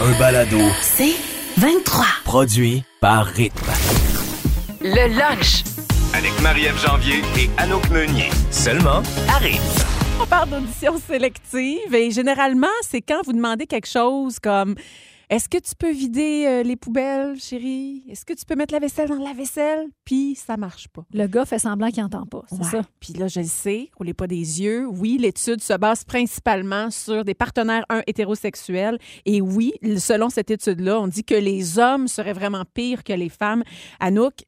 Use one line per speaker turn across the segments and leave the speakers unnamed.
Un balado.
C'est 23.
Produit par Rythme.
Le lunch.
Avec Marie-Ève Janvier et Anouk Meunier. Seulement à Rythme.
On parle d'audition sélective et généralement, c'est quand vous demandez quelque chose comme Est-ce que tu peux vider euh, les poubelles, chérie Est-ce que tu peux mettre la vaisselle dans la vaisselle Puis ça marche pas.
Le gars fait semblant qu'il n'entend pas, c'est
Ouais.
ça?
Puis là, je le sais, on n'est pas des yeux. Oui, l'étude se base principalement sur des partenaires, un, hétérosexuels. Et oui, selon cette étude-là, on dit que les hommes seraient vraiment pires que les femmes. Anouk,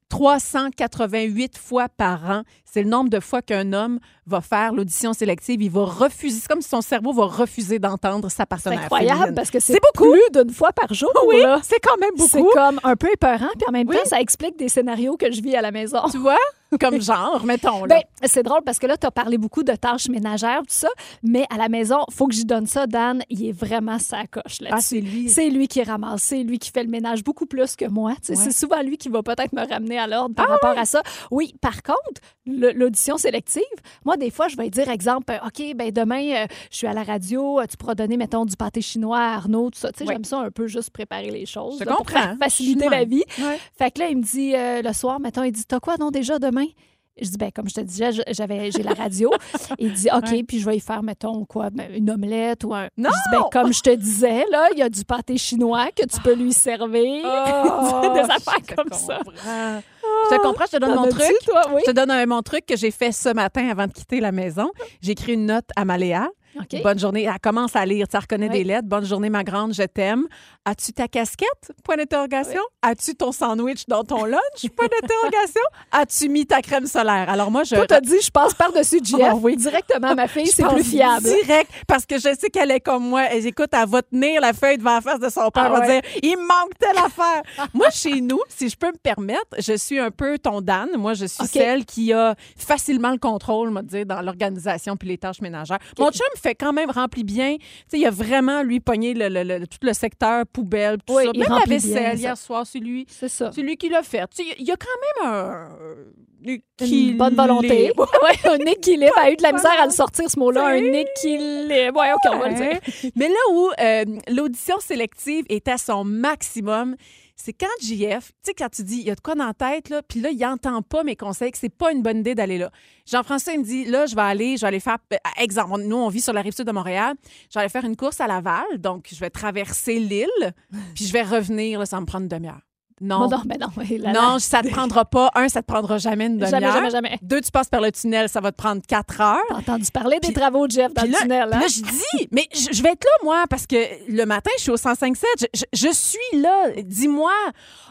388 fois par an, c'est le nombre de fois qu'un homme va faire l'audition sélective. Il va refuser. C'est comme si son cerveau va refuser d'entendre sa
C'est
partenaire.
incroyable
féminine.
parce que c'est
C'est beaucoup.
plus d'une fois par jour.
Oui,
là.
c'est quand même
C'est
beaucoup.
comme un peu épeurant, puis en même
Oui.
temps, ça explique des scénarios que je vis à la maison.
Tu vois? Comme genre, mettons. Là.
Ben, c'est drôle parce que là, tu as parlé beaucoup de tâches ménagères, tout ça, mais à la maison, faut que j'y donne ça. Dan, il est vraiment sa coche là-dessus.
ah, c'est lui.
C'est lui qui ramasse, c'est lui qui fait le ménage beaucoup plus que moi. Tu sais,
Ouais. Ah,
C'est souvent lui qui va peut-être me ramener à l'ordre par rapport à ça. Oui, par contre, le- l'audition sélective, moi, des fois, je vais dire, exemple, euh, OK, ben demain, euh, je suis à la radio, euh, tu pourras donner, mettons, du pâté chinois à Arnaud, tout ça. Tu sais,
Ouais.
J'aime ça un peu juste préparer les choses.
Je
là, pour
comprends. hein.
faire faciliter
Je suis
la
de
vie.
Ouais.
Fait que là, il me dit euh, le soir, mettons, il dit T'as quoi, non, déjà demain? Je dis, ben, comme je te disais, je- j'avais, j'ai la radio. Il dit, OK,
Ouais.
puis je vais y faire, mettons, quoi, ben, une omelette ou un.
Non!
Je dis, ben, comme je te disais, là, il y a du pâté chinois que tu peux lui servir.
Oh!
des affaires
je te
comme ça. Ah.
comprends. Je te comprends, je te donne
T'en
mon
as-tu,
truc.
toi, oui.
Je te donne un, mon truc que j'ai fait ce matin avant de quitter la maison. J'ai écrit une note à Maléa.
OK.
Bonne journée. Elle commence à lire. Tu sais, elle reconnaît
Oui.
des lettres. Bonne journée, ma grande, je t'aime. As-tu ta casquette? Point d'interrogation. As-tu ton sandwich dans ton lunch? Point d'interrogation. As-tu mis ta crème solaire? Alors moi, je...
Toi, t'as dit, je passe par-dessus JF
Oh, oui.
directement à ma fille,
Je
c'est
pense
plus fiable.
Direct, parce que je sais qu'elle est comme moi. Elle écoute, elle va tenir la feuille devant la face de son père.
Ah
elle va
ouais.
dire Il me manque telle affaire. moi, chez nous, si je peux me permettre, je suis un peu ton Dan. Moi, je suis
OK.
celle qui a facilement le contrôle, moi, dire, dans l'organisation puis les tâches ménagères. Mon chum fait quand même, remplit bien. Tu sais, il a vraiment, lui, pogné le, le- le- tout le secteur poubelle, tout
Oui,
ça.
il
Même la
remplit
vaisselle,
bien, ça.
hier soir, c'est lui.
C'est ça.
C'est lui qui l'a fait. Tu sais, Il y a quand même un. euh,
Une bonne volonté.
équilibre.
Ouais, un équilibre. Elle a eu de la misère à le
Voilà.
sortir, ce mot-là. Un équilibre. Ouais, OK, on va le dire.
Ouais. Mais là où euh, l'audition sélective est à son maximum, c'est quand JF, tu sais, quand tu dis, il y a de quoi dans la tête, là, puis là, il n'entend pas mes conseils, que c'est pas une bonne idée d'aller là. Jean-François, il me dit, là, je vais aller, je vais aller faire, euh, exemple, on- nous, on vit sur la rive sud de Montréal, je vais aller faire une course à Laval, donc je vais traverser l'île, puis je vais revenir, là, ça va me prendre une demi-heure.
Non,
Non.
non, mais non. Et là,
Non, ça te prendra pas. Un, ça te prendra jamais une
là, jamais,
demi-heure.
jamais, jamais.
Deux, tu passes par le tunnel, ça va te prendre quatre heures.
T'as entendu parler des
Puis-
travaux de Jeff dans
Puis
le
là,
tunnel, hein?
puis là, je dis, mais je, je vais être là, moi, parce que le matin, je suis au 105.7. Je, je, je suis là. Dis-moi.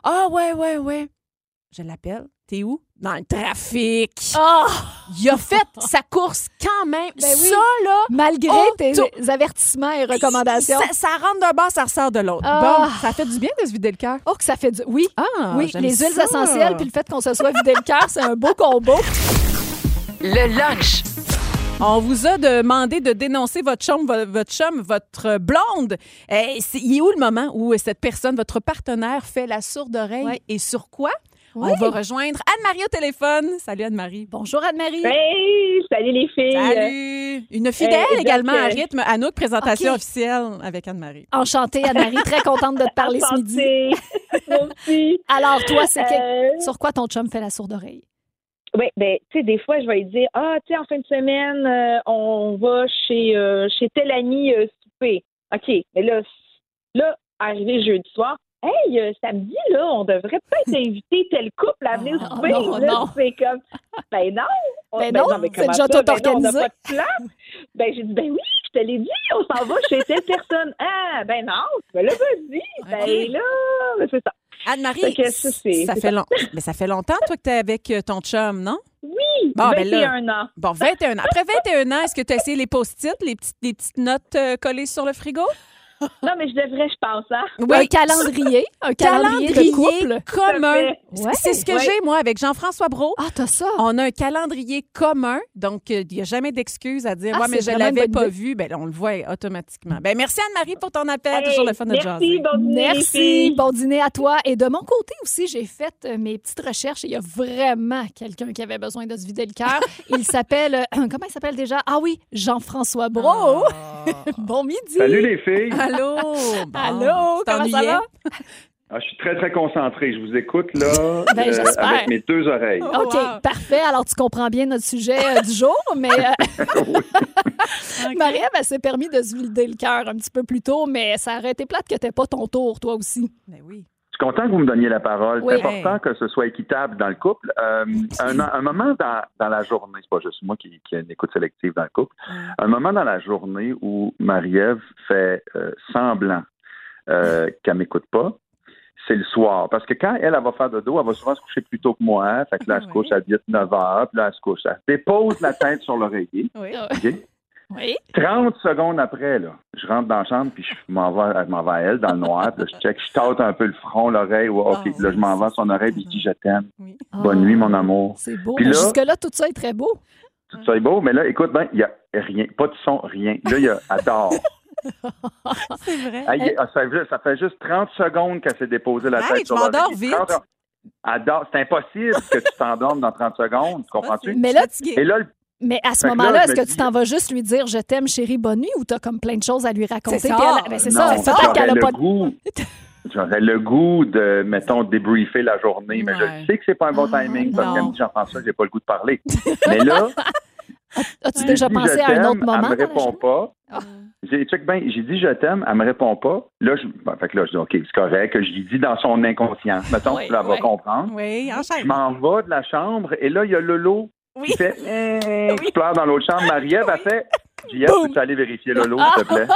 Ah, ouais, ouais, ouais. Je l'appelle. T'es où? Dans le trafic.
Ah!
Il a fait sa course quand même.
Ben oui.
Ça, là.
Malgré
Oh,
tes
tout-
avertissements et recommandations.
Ça, ça rentre d'un bord, ça ressort de l'autre.
Ah.
Bon, ça fait du bien de se vider le cœur.
Oh, que ça fait du. Oui.
Ah,
oui,
j'aime
les huiles
ça.
essentielles puis le fait qu'on se soit vidé le cœur, c'est un beau combo.
Le lunch.
On vous a demandé de dénoncer votre chum, vo- votre chum, votre blonde. Eh, c'est- Il est où le moment où cette personne, votre partenaire, fait la sourde oreille
Ouais.
et sur quoi?
Oui.
On va rejoindre Anne-Marie au téléphone. Salut Anne-Marie.
Bonjour Anne-Marie.
Hey, salut les filles.
Salut. Une fidèle
Euh, donc,
également à
euh,
rythme. Anouk, présentation
OK.
officielle avec Anne-Marie.
Enchantée Anne-Marie, très contente de te parler ce midi.
Santé. Moi aussi.
Alors toi, c'est que-
Euh,
sur quoi ton chum fait la sourde oreille
ouais, ben, tu sais, des fois, je vais lui dire, ah, tu sais, en fin de semaine, euh, on va chez euh, chez tel ami euh, souper. Ok, mais là, là, arrivé jeudi soir, hey, euh, samedi là, on devrait peut-être inviter tel couple à venir
Ah,
souper.
non,
Là,
non.
C'est comme, ben non, on-
Ben non,
mais
c'est
comment
déjà
ça?
tout
Ben non, on n'a
organisé.
pas de plan. Ben j'ai dit, ben oui, je te l'ai dit, on s'en va chez telle personne. Ah, ben non, tu me l'as pas dit. Ben
Ok.
là, ben, c'est ça. Fait
Anne-Marie,
que ça, c'est-
ça
c'est
fait long- mais ça fait longtemps toi que tu es avec euh, ton chum, non?
Oui,
Bon, ben là.
21 ans.
Bon, 21 ans. Après 21 ans, est-ce que tu as essayé les post-it, les petites, les petites notes euh, collées sur le frigo?
Non, mais je devrais, je pense. Hein?
Un calendrier. Un calendrier,
calendrier
de couple.
commun.
Tout à fait.
C'est ce que
Ouais.
j'ai, moi, avec Jean-François Brault.
Ah, t'as ça.
On a un calendrier commun, donc euh, il n'y a jamais d'excuse à dire
Ah,
Ouais, mais
c'est
je
vraiment une
l'avais
bonne
pas
idée.
vu. Ben, là, on le voit automatiquement. Ben, merci Anne-Marie pour ton appel.
Hey,
Toujours le fun de jaser.
Merci, bon dîner, les
Merci.
filles.
Bon dîner à toi. Et de mon côté aussi, j'ai fait euh, mes petites recherches et il y a vraiment quelqu'un qui avait besoin de se vider le cœur. Il s'appelle, euh, comment il s'appelle déjà? Ah oui, Jean-François Brault.
Ah.
bon midi.
Salut les filles.
Allô? Bon,
Allô,
tu
comment ça
t'ennuyais?
va?
Ah, je suis très très concentré. Je vous écoute là euh,
Ben, j'espère.
avec mes deux oreilles.
Oh,
OK,
wow.
parfait. Alors, tu comprends bien notre sujet euh, du jour, mais euh, Marie-Ève, elle s'est permis de se vider le cœur un petit peu plus tôt, mais ça aurait été plate que t'aies pas ton tour, toi aussi.
Ben oui.
Je suis content que vous me donniez la parole.
Oui.
C'est important que ce soit équitable dans le couple. Euh, un, un moment dans, dans la journée, c'est pas juste moi qui, qui ai une écoute sélective dans le couple, un moment dans la journée où Marie-Ève fait euh, semblant euh, qu'elle m'écoute pas, c'est le soir. Parce que quand elle, elle va faire de dos, elle va souvent se coucher plus tôt que moi. hein. Fait que
Ah
là, elle se couche à 8, 9 heures, puis là, elle se couche. Elle dépose la tête sur l'oreiller.
Eh Oui.
OK?
Ah, Oui.
30 secondes après, là, je rentre dans la chambre, puis je m'en vais, je m'en vais à elle dans le noir, puis là, je check, je tâte un peu le front, l'oreille, ouais, ok,
Ah,
puis là, je m'en vais à son oreille, puis je dis je t'aime, bonne
Ah,
Oh,
nuit, mon amour.
C'est beau.
Puis là-
Jusque-là, tout ça est très beau.
Tout ça est beau, mais là, écoute, ben, il y a rien, pas de son, rien. Là, il y a, adore. ah,
C'est vrai.
ça, fait juste- ça fait juste 30 secondes qu'elle s'est déposée la
Hey,
tête
je
sur
m'endors
l'oreille.
vite.
30 secondes. Adore, c'est impossible que tu t'endormes dans 30 secondes, tu comprends-tu?
Mais là,
Et là, le-
Mais à ce
Fait que là,
moment-là, est-ce
je me
que tu
dis-
t'en vas juste lui dire je t'aime, chérie, bonne nuit, ou t'as comme plein de choses à lui raconter?
C'est ça.
puis elle- ben, c'est ça.
non,
Peut-être
j'aurais
qu'elle a
le
pas de-
goût, j'aurais le goût de, mettons, débriefer la journée, mais
Ouais. Ah,
je sais que c'est pas un bon timing parce
non.
qu'elle me dit, Jean-François, j'ai pas le goût de parler. mais là,
As-tu
j'ai
déjà
dit,
pensé à
je
un
t'aime,
autre moment?
Elle me
dans la
répond
journée?
pas.
Ah.
J'ai, check ben, j'ai dit je t'aime, elle me répond pas. Là, je, ben, fait que là, je dis OK, c'est correct. Je lui dis dans son inconscient. Mettons,
Ouais,
tu la vas
ouais.
comprendre.
Oui,
Je
enchaîne.
m'en vais de la chambre et là, il y a Lolo
Oui.
qui fait Eh, qui pleure dans l'autre chambre. Marie-Ève a fait JF, peux-tu aller vérifier Lolo,
Ah.
s'il te plaît?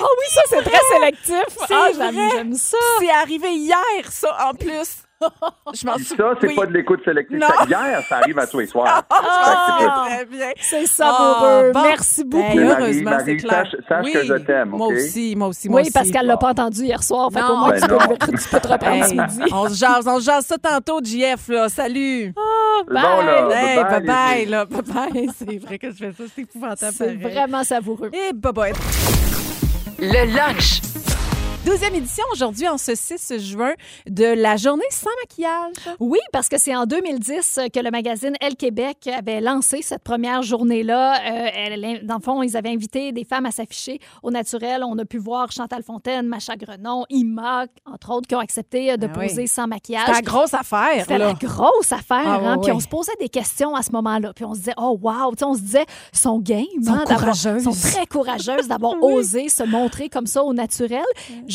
Oh oui, ça, c'est très sélectif.
C'est
Ah, j'aime,
vrai.
j'aime ça.
C'est arrivé hier, ça, en plus. Je m'en souviens.
Ça, c'est
Ah, Oui.
pas de l'écoute sélective.
Non.
Ça- Hier, ça arrive à tous les soirs.
Ah,
Fait que-
très bien.
C'est savoureux.
Ah, bon.
Merci beaucoup.
Ben,
Marie,
heureusement,
Marie,
c'est clair.
sache- sache que je t'aime,
Moi
OK?
aussi, moi aussi, moi
oui,
aussi.
parce qu'elle l'a pas entendu hier soir. Fait
Non. Ben,
qu'au moins,
Ben
tu, peux,
non.
tu peux te reprendre
Hey,
ce midi.
on se jase, on se jase ça tantôt, JF, là. Salut!
C'est bon, Oh, là.
hey,
Bye-bye, les filles.
bye-bye, là. Bye-bye. C'est vrai que je fais ça, c'est épouvantable.
C'est
pareil.
vraiment savoureux.
Et bye-bye.
Le lunch.
Deuxième édition aujourd'hui, en ce 6 juin, de la journée sans maquillage.
Oui, parce que c'est en 2010 que le magazine Elle Québec avait lancé cette première journée-là. Euh, elle- dans le fond, ils avaient invité des femmes à s'afficher au naturel. On a pu voir Chantal Fontaine, Macha Grenon, Ima, entre autres, qui ont accepté de
Ah oui.
poser sans maquillage.
C'est la grosse affaire,
C'était la
là.
grosse affaire,
Ah oui,
hein? Puis
oui.
on se posait des questions à ce moment-là. Puis on se disait, oh wow, Tu sais, on se disait, sont game,
Sont
hein, d'avoir-
courageuses.
sont très courageuses d'avoir osé se montrer comme ça au naturel.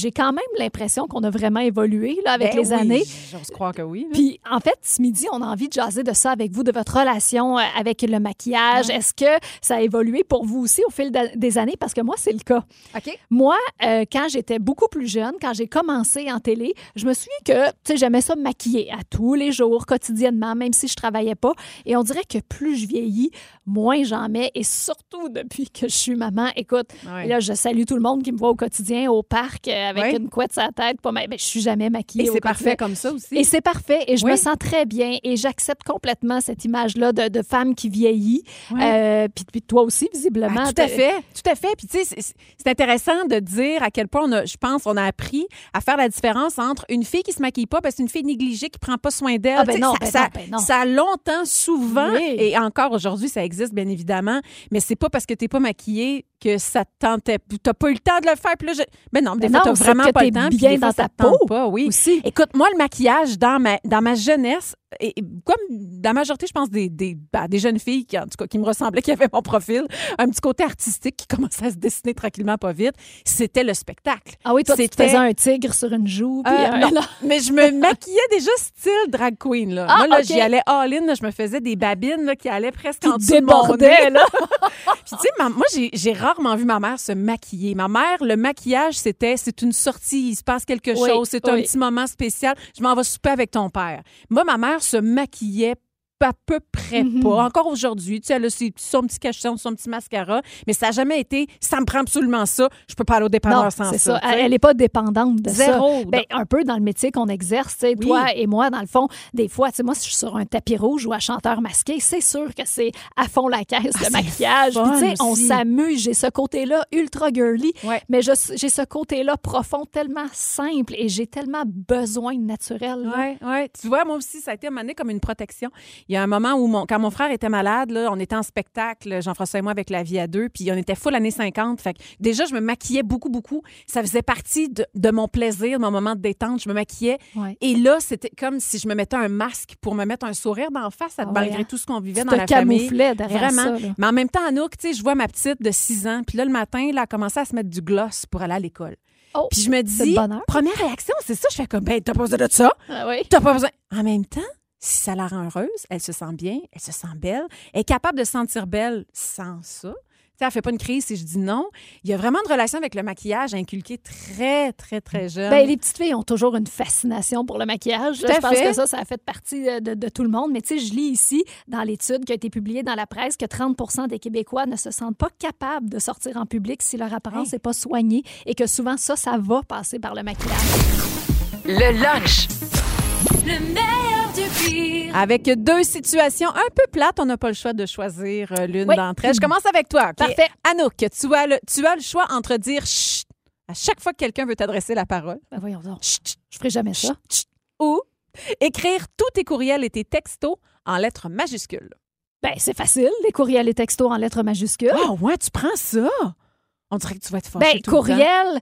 J'ai quand même l'impression qu'on a vraiment évolué là, avec
Ben
les
oui,
années.
J'ose croire que oui. là.
Puis, en fait, ce midi, on a envie de jaser de ça avec vous, de votre relation euh, avec le maquillage. Est-ce que ça a évolué pour vous aussi au fil d'a- des années? Parce que moi, c'est le cas.
OK.
Moi, euh, quand j'étais beaucoup plus jeune, quand j'ai commencé en télé, je me souviens que, tu sais, j'aimais ça me maquiller à tous les jours, quotidiennement, même si je travaillais pas. Et on dirait que plus je vieillis, moins j'en mets. Et surtout depuis que je suis maman, écoute,
Ouais.
et là, je salue tout le monde qui me voit au quotidien, au parc, euh, avec
Ouais.
une couette sur la tête. Pas mal. Ben, je suis jamais maquillée.
Et
au
c'est
quotidien.
parfait comme ça aussi.
Et c'est parfait. Et je
Oui.
me sens très bien. Et j'accepte complètement cette image-là de, de femme qui vieillit.
Ouais.
Euh, puis, puis toi aussi, visiblement.
Ah, tout à fait, tout à fait. Puis tu sais, c'est- c'est intéressant de dire à quel point on a, je pense, on a appris à faire la différence entre une fille qui se maquille pas, parce qu'une fille négligée qui prend pas soin d'elle.
Ah, ben
Tu sais,
non,
ça,
ben
ça-
non, ben non.
ça a longtemps, souvent,
Oui.
et encore aujourd'hui, ça existe bien évidemment. Mais c'est pas parce que t'es pas maquillée que ça te tentait. T'as pas eu le temps de le faire. Puis là, je- ben non, des
Ben
fois
non,
t'as
c'est
vraiment
que
pas le
t'es
temps. puis
bien
des fois,
dans
ça
ta
te tente
peau.
pas, oui.
Aussi.
Écoute, moi, le maquillage, dans ma, dans ma jeunesse, et, et comme la majorité, je pense, des, des, bah, des jeunes filles, qui, en tout cas, qui me ressemblaient, qui avaient mon profil, un petit côté artistique qui commençait à se dessiner tranquillement, pas vite, c'était le spectacle.
Ah oui, toi, tu te
C'était-
faisais un tigre sur une joue. puis
Euh,
un-
non, mais je me maquillais déjà style drag queen. Là.
Ah,
Moi, là,
ok.
j'y allais all-in. là, Je me faisais des babines là, qui allaient presque en
Qui
dessous de mon nez.
débordait, là.
Puis tu sais, ma- moi, j'ai- j'ai rarement vu ma mère se maquiller. Ma mère, le maquillage, c'était, c'est une sortie, il se passe quelque
Oui,
chose, c'est un
oui.
petit moment spécial. Je m'en vais souper avec ton père. Moi, ma mère se maquillait à peu près
Mhm.
pas. Encore aujourd'hui, tu sais, elle a ses- son petit cacheton, son petit mascara, mais ça n'a jamais été ça me prend absolument ça, je peux pas aller au
Non,
dépanneur sans
c'est ça.
ça. tu sais.
Elle n'est pas dépendante de
Zéro.
ça. Ben, un peu dans le métier qu'on exerce, tu sais,
Oui.
toi et moi, dans le fond, des fois, tu sais, moi, si je suis sur un tapis rouge ou à chanteur masqué, c'est sûr que c'est à fond la caisse
Ah, c'est
de maquillage. Puis,
fun
tu sais, on
aussi.
s'amuse. J'ai ce côté-là ultra girly,
Ouais.
mais je- j'ai ce côté-là profond, tellement simple et j'ai tellement besoin de naturel. là.
Oui, oui. Tu vois, moi aussi, ça a été à un moment donné comme une protection. Il y a un moment où, mon, quand mon frère était malade, là, on était en spectacle, Jean-François et moi, avec La Vie à deux, puis on était full années 50. Fait que déjà, je me maquillais beaucoup, beaucoup. Ça faisait partie de, de mon plaisir, de mon moment de détente. Je me maquillais.
Ouais.
Et là, c'était comme si je me mettais un masque pour me mettre un sourire d'en face,
Ah ouais,
malgré
hein?
tout ce qu'on vivait
Tu
dans
te
la famille.
camouflais derrière
Vraiment.
ça, là.
Mais en même temps, Anouk, tu sais, je vois ma petite de 6 ans, puis là, le matin, là, elle commençait à se mettre du gloss pour aller à l'école.
Oh,
Puis je me
c'est le
dis,
bonheur.
première réaction, c'est ça. Je fais comme, ben, t'as pas besoin de ça.
Ah oui.
T'as pas besoin. En même temps, si ça la rend heureuse, elle se sent bien, elle se sent belle, elle est capable de se sentir belle sans ça. Tu sais, elle fait pas une crise si je dis non. Il y a vraiment une relation avec le maquillage inculquée très, très, très jeune.
Ben, les petites filles ont toujours une fascination pour le maquillage.
Tout
là.
à
je pense
fait.
que ça, ça a fait partie euh, de, de- de tout le monde. Mais tu sais, je lis ici, dans l'étude qui a été publiée dans la presse, que 30 des Québécois ne se sentent pas capables de sortir en public si leur apparence n'est pas soignée et que souvent, ça, ça va passer par le maquillage.
Le lunch.
Avec deux situations un peu plates, on n'a pas le choix de choisir euh, l'une
Oui.
d'entre elles. Je commence avec toi. OK?
Parfait.
Anouk, tu as, le, tu as le choix entre dire chut à chaque fois que quelqu'un veut t'adresser la parole
Ben, voyons donc.
chut, chut,
Je ferai jamais ça.
chut, chut, ou écrire tous tes courriels et tes textos en lettres majuscules.
Ben, c'est facile. Les courriels et textos en lettres majuscules.
Ah ouais, tu prends ça? On dirait que tu vas être fâchée
ben,
tout le temps.
courriel.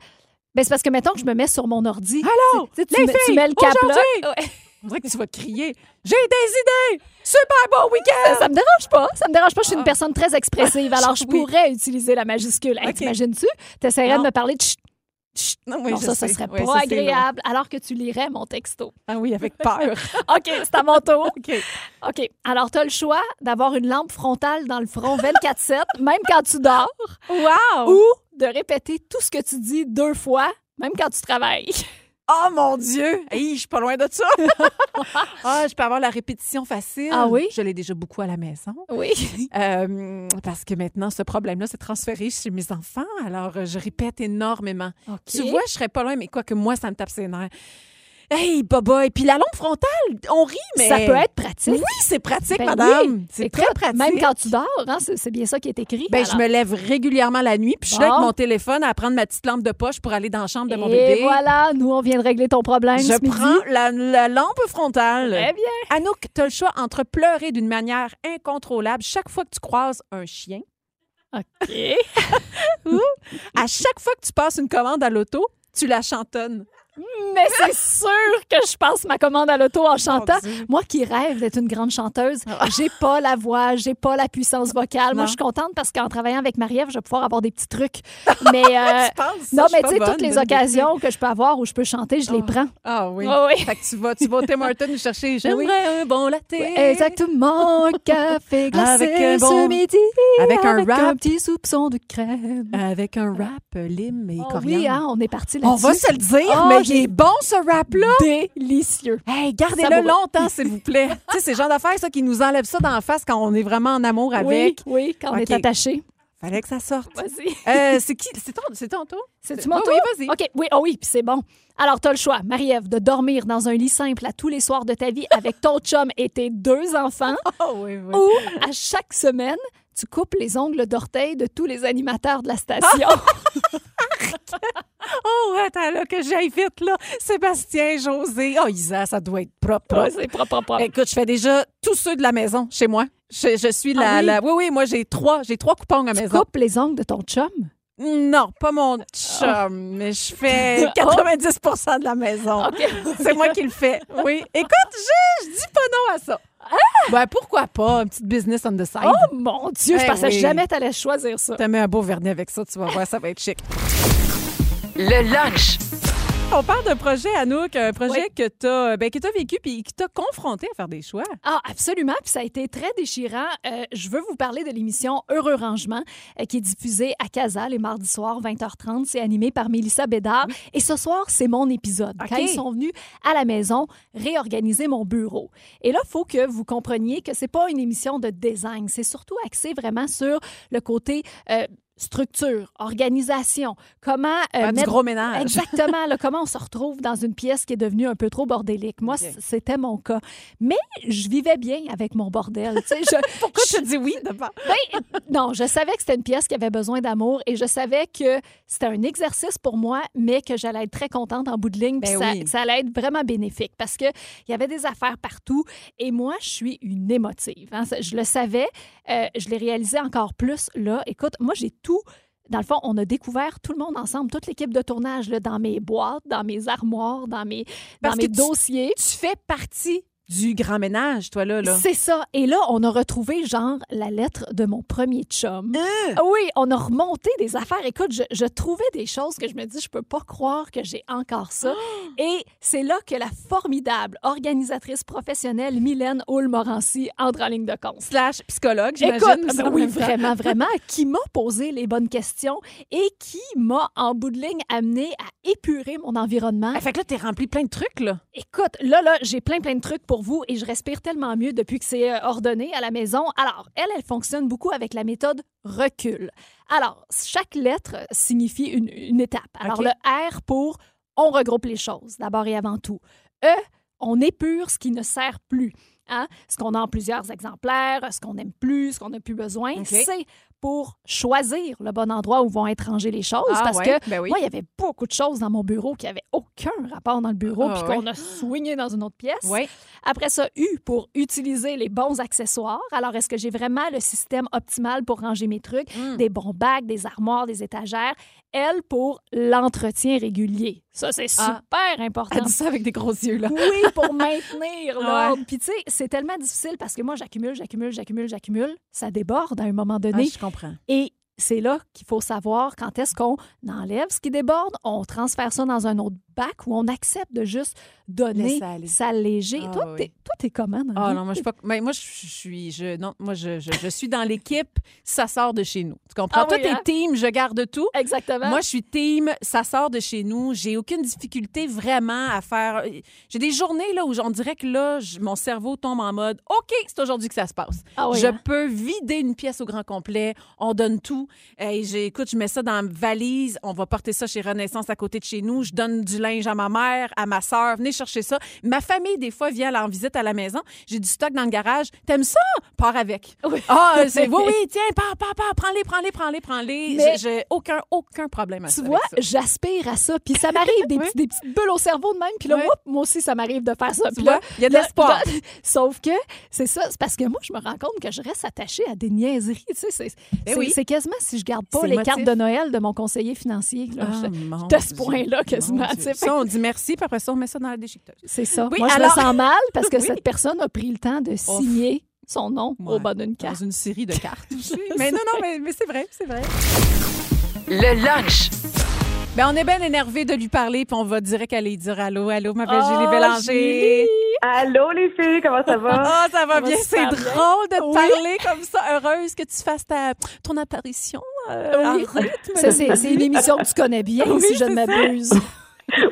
Ben, c'est parce que, mettons que je me mets sur mon ordi.
Ah,
Allô?
Tu sais, tu
Les
mets- tu
filles,
mets le cap là.
aujourd'hui!
Ouais.
On dirait que tu vas crier. J'ai des idées! Super bon week-end!
Ça me dérange pas. Ça me dérange pas. Je suis une personne très expressive. Alors, je
Ah. Oui.
pourrais utiliser la majuscule. Hey,
Ok.
T'imagines-tu? T'essaierais
Non.
de me parler de chut. chut.
Non, oui,
non,
je
ça, ça
sais.
serait
Ouais,
pas
ça, c'est
agréable. Alors que tu lirais mon texto.
Ah oui, avec peur.
OK, c'est à mon tour.
OK.
OK. Alors, t'as le choix d'avoir une lampe frontale dans le front 24-7, même quand tu dors,
Wow!
ou de répéter tout ce que tu dis deux fois, même quand tu travailles.
Oh mon Dieu! Hey, je suis pas loin de ça! Ah, je peux avoir la répétition facile.
Ah oui?
Je l'ai déjà beaucoup à la maison.
Oui.
Euh, parce que maintenant, ce problème-là s'est transféré chez mes enfants. Alors, euh, je répète énormément.
OK.
Tu vois, je serais pas loin, mais quoi que moi, ça me tape ses nerfs. Hey, Baba! Et puis la lampe frontale, on rit, mais.
Ça peut être pratique.
Oui, c'est pratique,
Ben
madame.
oui.
C'est
Écoute,
très pratique.
Même quand tu dors, hein, c'est c'est bien ça qui est écrit.
Ben,
Alors,
je me lève régulièrement la nuit, puis je suis là
Bon.
avec mon téléphone à prendre ma petite lampe de poche pour aller dans la chambre de mon
Et
bébé.
voilà, nous, on vient de régler ton problème.
Je
ce midi.
prends la, la lampe frontale.
Très bien.
Anouk, tu as le choix entre pleurer d'une manière incontrôlable chaque fois que tu croises un chien,
OK.
à chaque fois que tu passes une commande à l'auto, tu la chantonnes.
Mais c'est sûr que je passe ma commande à l'auto en chantant.
Mon Dieu. Ah.
Moi qui rêve d'être une grande chanteuse, j'ai pas la voix, j'ai pas la puissance vocale.
Non.
Moi, je suis contente parce qu'en travaillant avec Marie-Ève, je vais pouvoir avoir des petits trucs. Mais euh,
Tu penses ça,
non,
je suis
mais
pas
tu sais,
bonne,
toutes les
donne des
occasions que je peux avoir où je peux chanter, je les
Oh.
prends.
Ah oui.
Ah oui.
Fait que tu vas, tu vas au Tim Hortons nous chercher.
Oui.
J'aimerais un bon latte.
Exactement, un café glacé
Avec un
ce
bon-
midi,
avec un
avec
wrap.
un petit soupçon de crème.
Avec un rap euh, lime et
Oh
coriandre.
oui, hein, on est parti là-dessus.
ah, On Ah, va se le dire,
Oh,
mais il
j'ai-
est bon ce rap-là.
Délicieux.
Hey, gardez-le
Savoureux.
longtemps, s'il vous plaît. tu sais, c'est le genre d'affaires, ça, qui nous enlève ça dans la face quand on est vraiment en amour avec.
Oui, oui, quand on est
OK.
attaché.
Fallait que ça sorte.
Vas-y.
Euh, c'est qui? C'est ton, c'est ton tour?
C'est-tu mon
Oui,
tour?
oui, vas-y.
OK, oui, oh oui, puis c'est bon. Alors, t'as le choix, Marie-Ève, de dormir dans un lit simple à tous les soirs de ta vie avec ton chum et tes deux enfants,
Oh, oui, oui.
ou à chaque semaine, tu coupes les ongles d'orteil de tous les animateurs de la station.
Ah! Oh, attends, là, que j'aille vite, là. Sébastien, José. Oh, Isa, ça doit être propre.
Ouais,
propre.
c'est propre, propre, propre.
Écoute, je fais déjà tous ceux de la maison chez moi. Je, je suis la,
Ah oui?
la- oui, oui, moi, j'ai trois, j'ai trois coupons à la
Tu
maison.
coupes les ongles de ton chum?
Non, pas mon
Ah.
chum, mais je fais
Oh.
90 de la maison. C'est moi qui le fais. Oui. Écoute, je, je dis pas non à ça. Ben, pourquoi pas? Un petit business on the side.
Ah! Oh mon Dieu,
Eh
je pensais
oui.
jamais t'allais choisir ça.
T'as mis un beau vernis avec ça, tu vas voir, ça va être chic.
Le lunch.
On parle d'un projet, Anouk, un projet
Oui.
que tu as, ben, que t'as vécu puis qui t'a confronté à faire des choix.
Ah, absolument. Puis ça a été très déchirant. Euh, je veux vous parler de l'émission Heureux Rangement euh, qui est diffusée à Casa les mardis soirs, 20h30. C'est animé par Mélissa Bédard. Et ce soir, c'est mon épisode.
OK.
Quand ils sont venus à la maison réorganiser mon bureau. Et là, il faut que vous compreniez que c'est pas une émission de design. C'est surtout axé vraiment sur le côté... euh, structure, organisation, comment euh,
Faire Ben, du
mettre
gros ménage.
Exactement. là, comment on se retrouve dans une pièce qui est devenue un peu trop bordélique. Moi,
Ok.
c- c'était mon cas. Mais je vivais bien avec mon bordel. tu sais, je-
Pourquoi
je-
tu dis oui d'abord?
ben, non, je savais que c'était une pièce qui avait besoin d'amour et je savais que c'était un exercice pour moi, mais que j'allais être très contente en bout de ligne. puis
Ben
ça,
oui.
ça allait être vraiment bénéfique parce qu'il y avait des affaires partout et moi, je suis une émotive. hein. Ça, Je le savais, euh, je l'ai réalisé encore plus là. Écoute, moi, j'ai tout. Dans le fond, on a découvert tout le monde ensemble, toute l'équipe de tournage, là, dans mes boîtes, dans mes armoires, dans mes, dans
Parce
mes
que tu-
dossiers.
Tu fais partie du grand ménage, toi, là. là.
C'est ça. Et là, on a retrouvé, genre, la lettre de mon premier chum.
Euh!
Ah Oui, on a remonté des affaires. Écoute, je, je trouvais des choses que je me dis, je peux pas croire que j'ai encore ça. Et c'est là que la formidable organisatrice professionnelle Mylène Houle-Morancy entre en ligne de compte.
Slash psychologue, j'imagine.
Écoute,
ça,
ben
en
oui,
même temps.
vraiment, vraiment, qui m'a posé les bonnes questions et qui m'a, en bout de ligne, amené à épurer mon environnement.
Ah, Fait que là, t'es rempli plein de trucs, là.
Écoute, là, là, j'ai plein, plein de trucs pour vous et je respire tellement mieux depuis que c'est euh, ordonné à la maison. Alors, elle, elle fonctionne beaucoup avec la méthode recul. Alors, chaque lettre signifie une, une étape. Alors,
OK.
le R pour on regroupe les choses, d'abord et avant tout. E, on épure ce qui ne sert plus. Hein? Ce qu'on a en plusieurs exemplaires, ce qu'on n'aime plus, ce qu'on n'a plus besoin.
OK.
C'est pour choisir le bon endroit où vont être rangées les choses.
Ah
parce
ouais,
que
ben oui.
moi, il y avait beaucoup de choses dans mon bureau qui n'avaient aucun rapport dans le bureau,
Ah
puis qu'on a soigné dans une autre pièce.
Ouais.
Après ça, U pour utiliser les bons accessoires. Alors, est-ce que j'ai vraiment le système optimal pour ranger mes trucs?
Hmm.
Des bons bacs, des armoires, des étagères. L pour l'entretien régulier. Ça, c'est
Ah.
super important.
Elle dit ça avec des gros yeux, là.
Oui, pour maintenir
Ouais.
l'ordre. Puis tu sais, c'est tellement difficile parce que moi, j'accumule, j'accumule, j'accumule, j'accumule. Ça déborde à un moment
Ah,
donné.
je comprends.
Et c'est là qu'il faut savoir quand est-ce qu'on enlève ce qui déborde, on transfère ça dans un autre bac ou on accepte de juste donner,
Laisse aller.
s'alléger.
Ah
toi,
oui.
t'es- toi, t'es comment? dans la
Ah
vie?
non, moi je suis pas. mais moi je suis. Je, non, moi je, je, je suis dans l'équipe. Ça sort de chez nous. Tu comprends?
Ah
Toi
oui,
t'es
hein?
team. Je garde tout.
Exactement.
Moi, je suis team, ça sort de chez nous. J'ai aucune difficulté vraiment à faire. J'ai des journées là où on dirait que là, je- mon cerveau tombe en mode OK, c'est aujourd'hui que ça se passe.
Ah oui,
je
hein?
peux vider une pièce au grand complet. On donne tout. Et écoute, je mets ça dans ma valise. On va porter ça chez Renaissance à côté de chez nous. Je donne du linge à ma mère, à ma sœur. Venez chercher ça. Ma famille, des fois, vient aller en visite à la maison. J'ai du stock dans le garage. T'aimes ça? Pars avec.
Oui.
Ah, c'est oui, oui, tiens, pars, pars, pars. Prends-les, prends-les, prends-les, prends-les.
Mais-
J'ai- J'ai aucun, aucun problème à
tu
ça,
vois,
avec ça.
j'aspire à ça. Puis ça m'arrive des,
Oui.
petits- des petites bulles au cerveau de même. Puis là,
Oui.
whoop, moi aussi, ça m'arrive de faire ça.
Tu
Puis
vois,
là,
il y a de
là,
l'espoir.
là- Sauf que c'est ça, c'est parce que moi, je me rends compte que je reste attachée à des niaiseries. Tu sais, c'est
Ben
c'est-
oui.
c'est quasiment si je garde pas
C'est
les
le
cartes
motif.
de Noël de mon conseiller financier. là.
Ah,
Je-
mon
de ce
Dieu.
point-là, quasiment.
Mon
tu sais.
Dieu. Ça, on dit merci, puis après ça, on met ça dans la déchiqueteuse.
C'est ça.
Oui,
Moi,
alors-
je me sens mal parce que
Oui.
cette personne a pris le temps de signer son nom au
Ouais,
bas d'une
Dans
carte.
une série de cartes. mais non, non, mais, mais c'est vrai, c'est vrai.
Le lunch.
Ben, on est bien énervé de lui parler, puis on va direct aller dire allô, allô, ma belle
Oh,
Ah, Julie Bélanger.
Julie!
Allô les filles, comment ça va?
Ah, ça va
Ça va
bien, c'est
super bien.
drôle de te
Oui.
parler comme ça. Heureuse que tu fasses ta, ton apparition. euh,
Oui.
en rythme.
Ça, c'est c'est une émission que tu connais bien,
Oui,
si je ne
c'est ça.
m'abuse.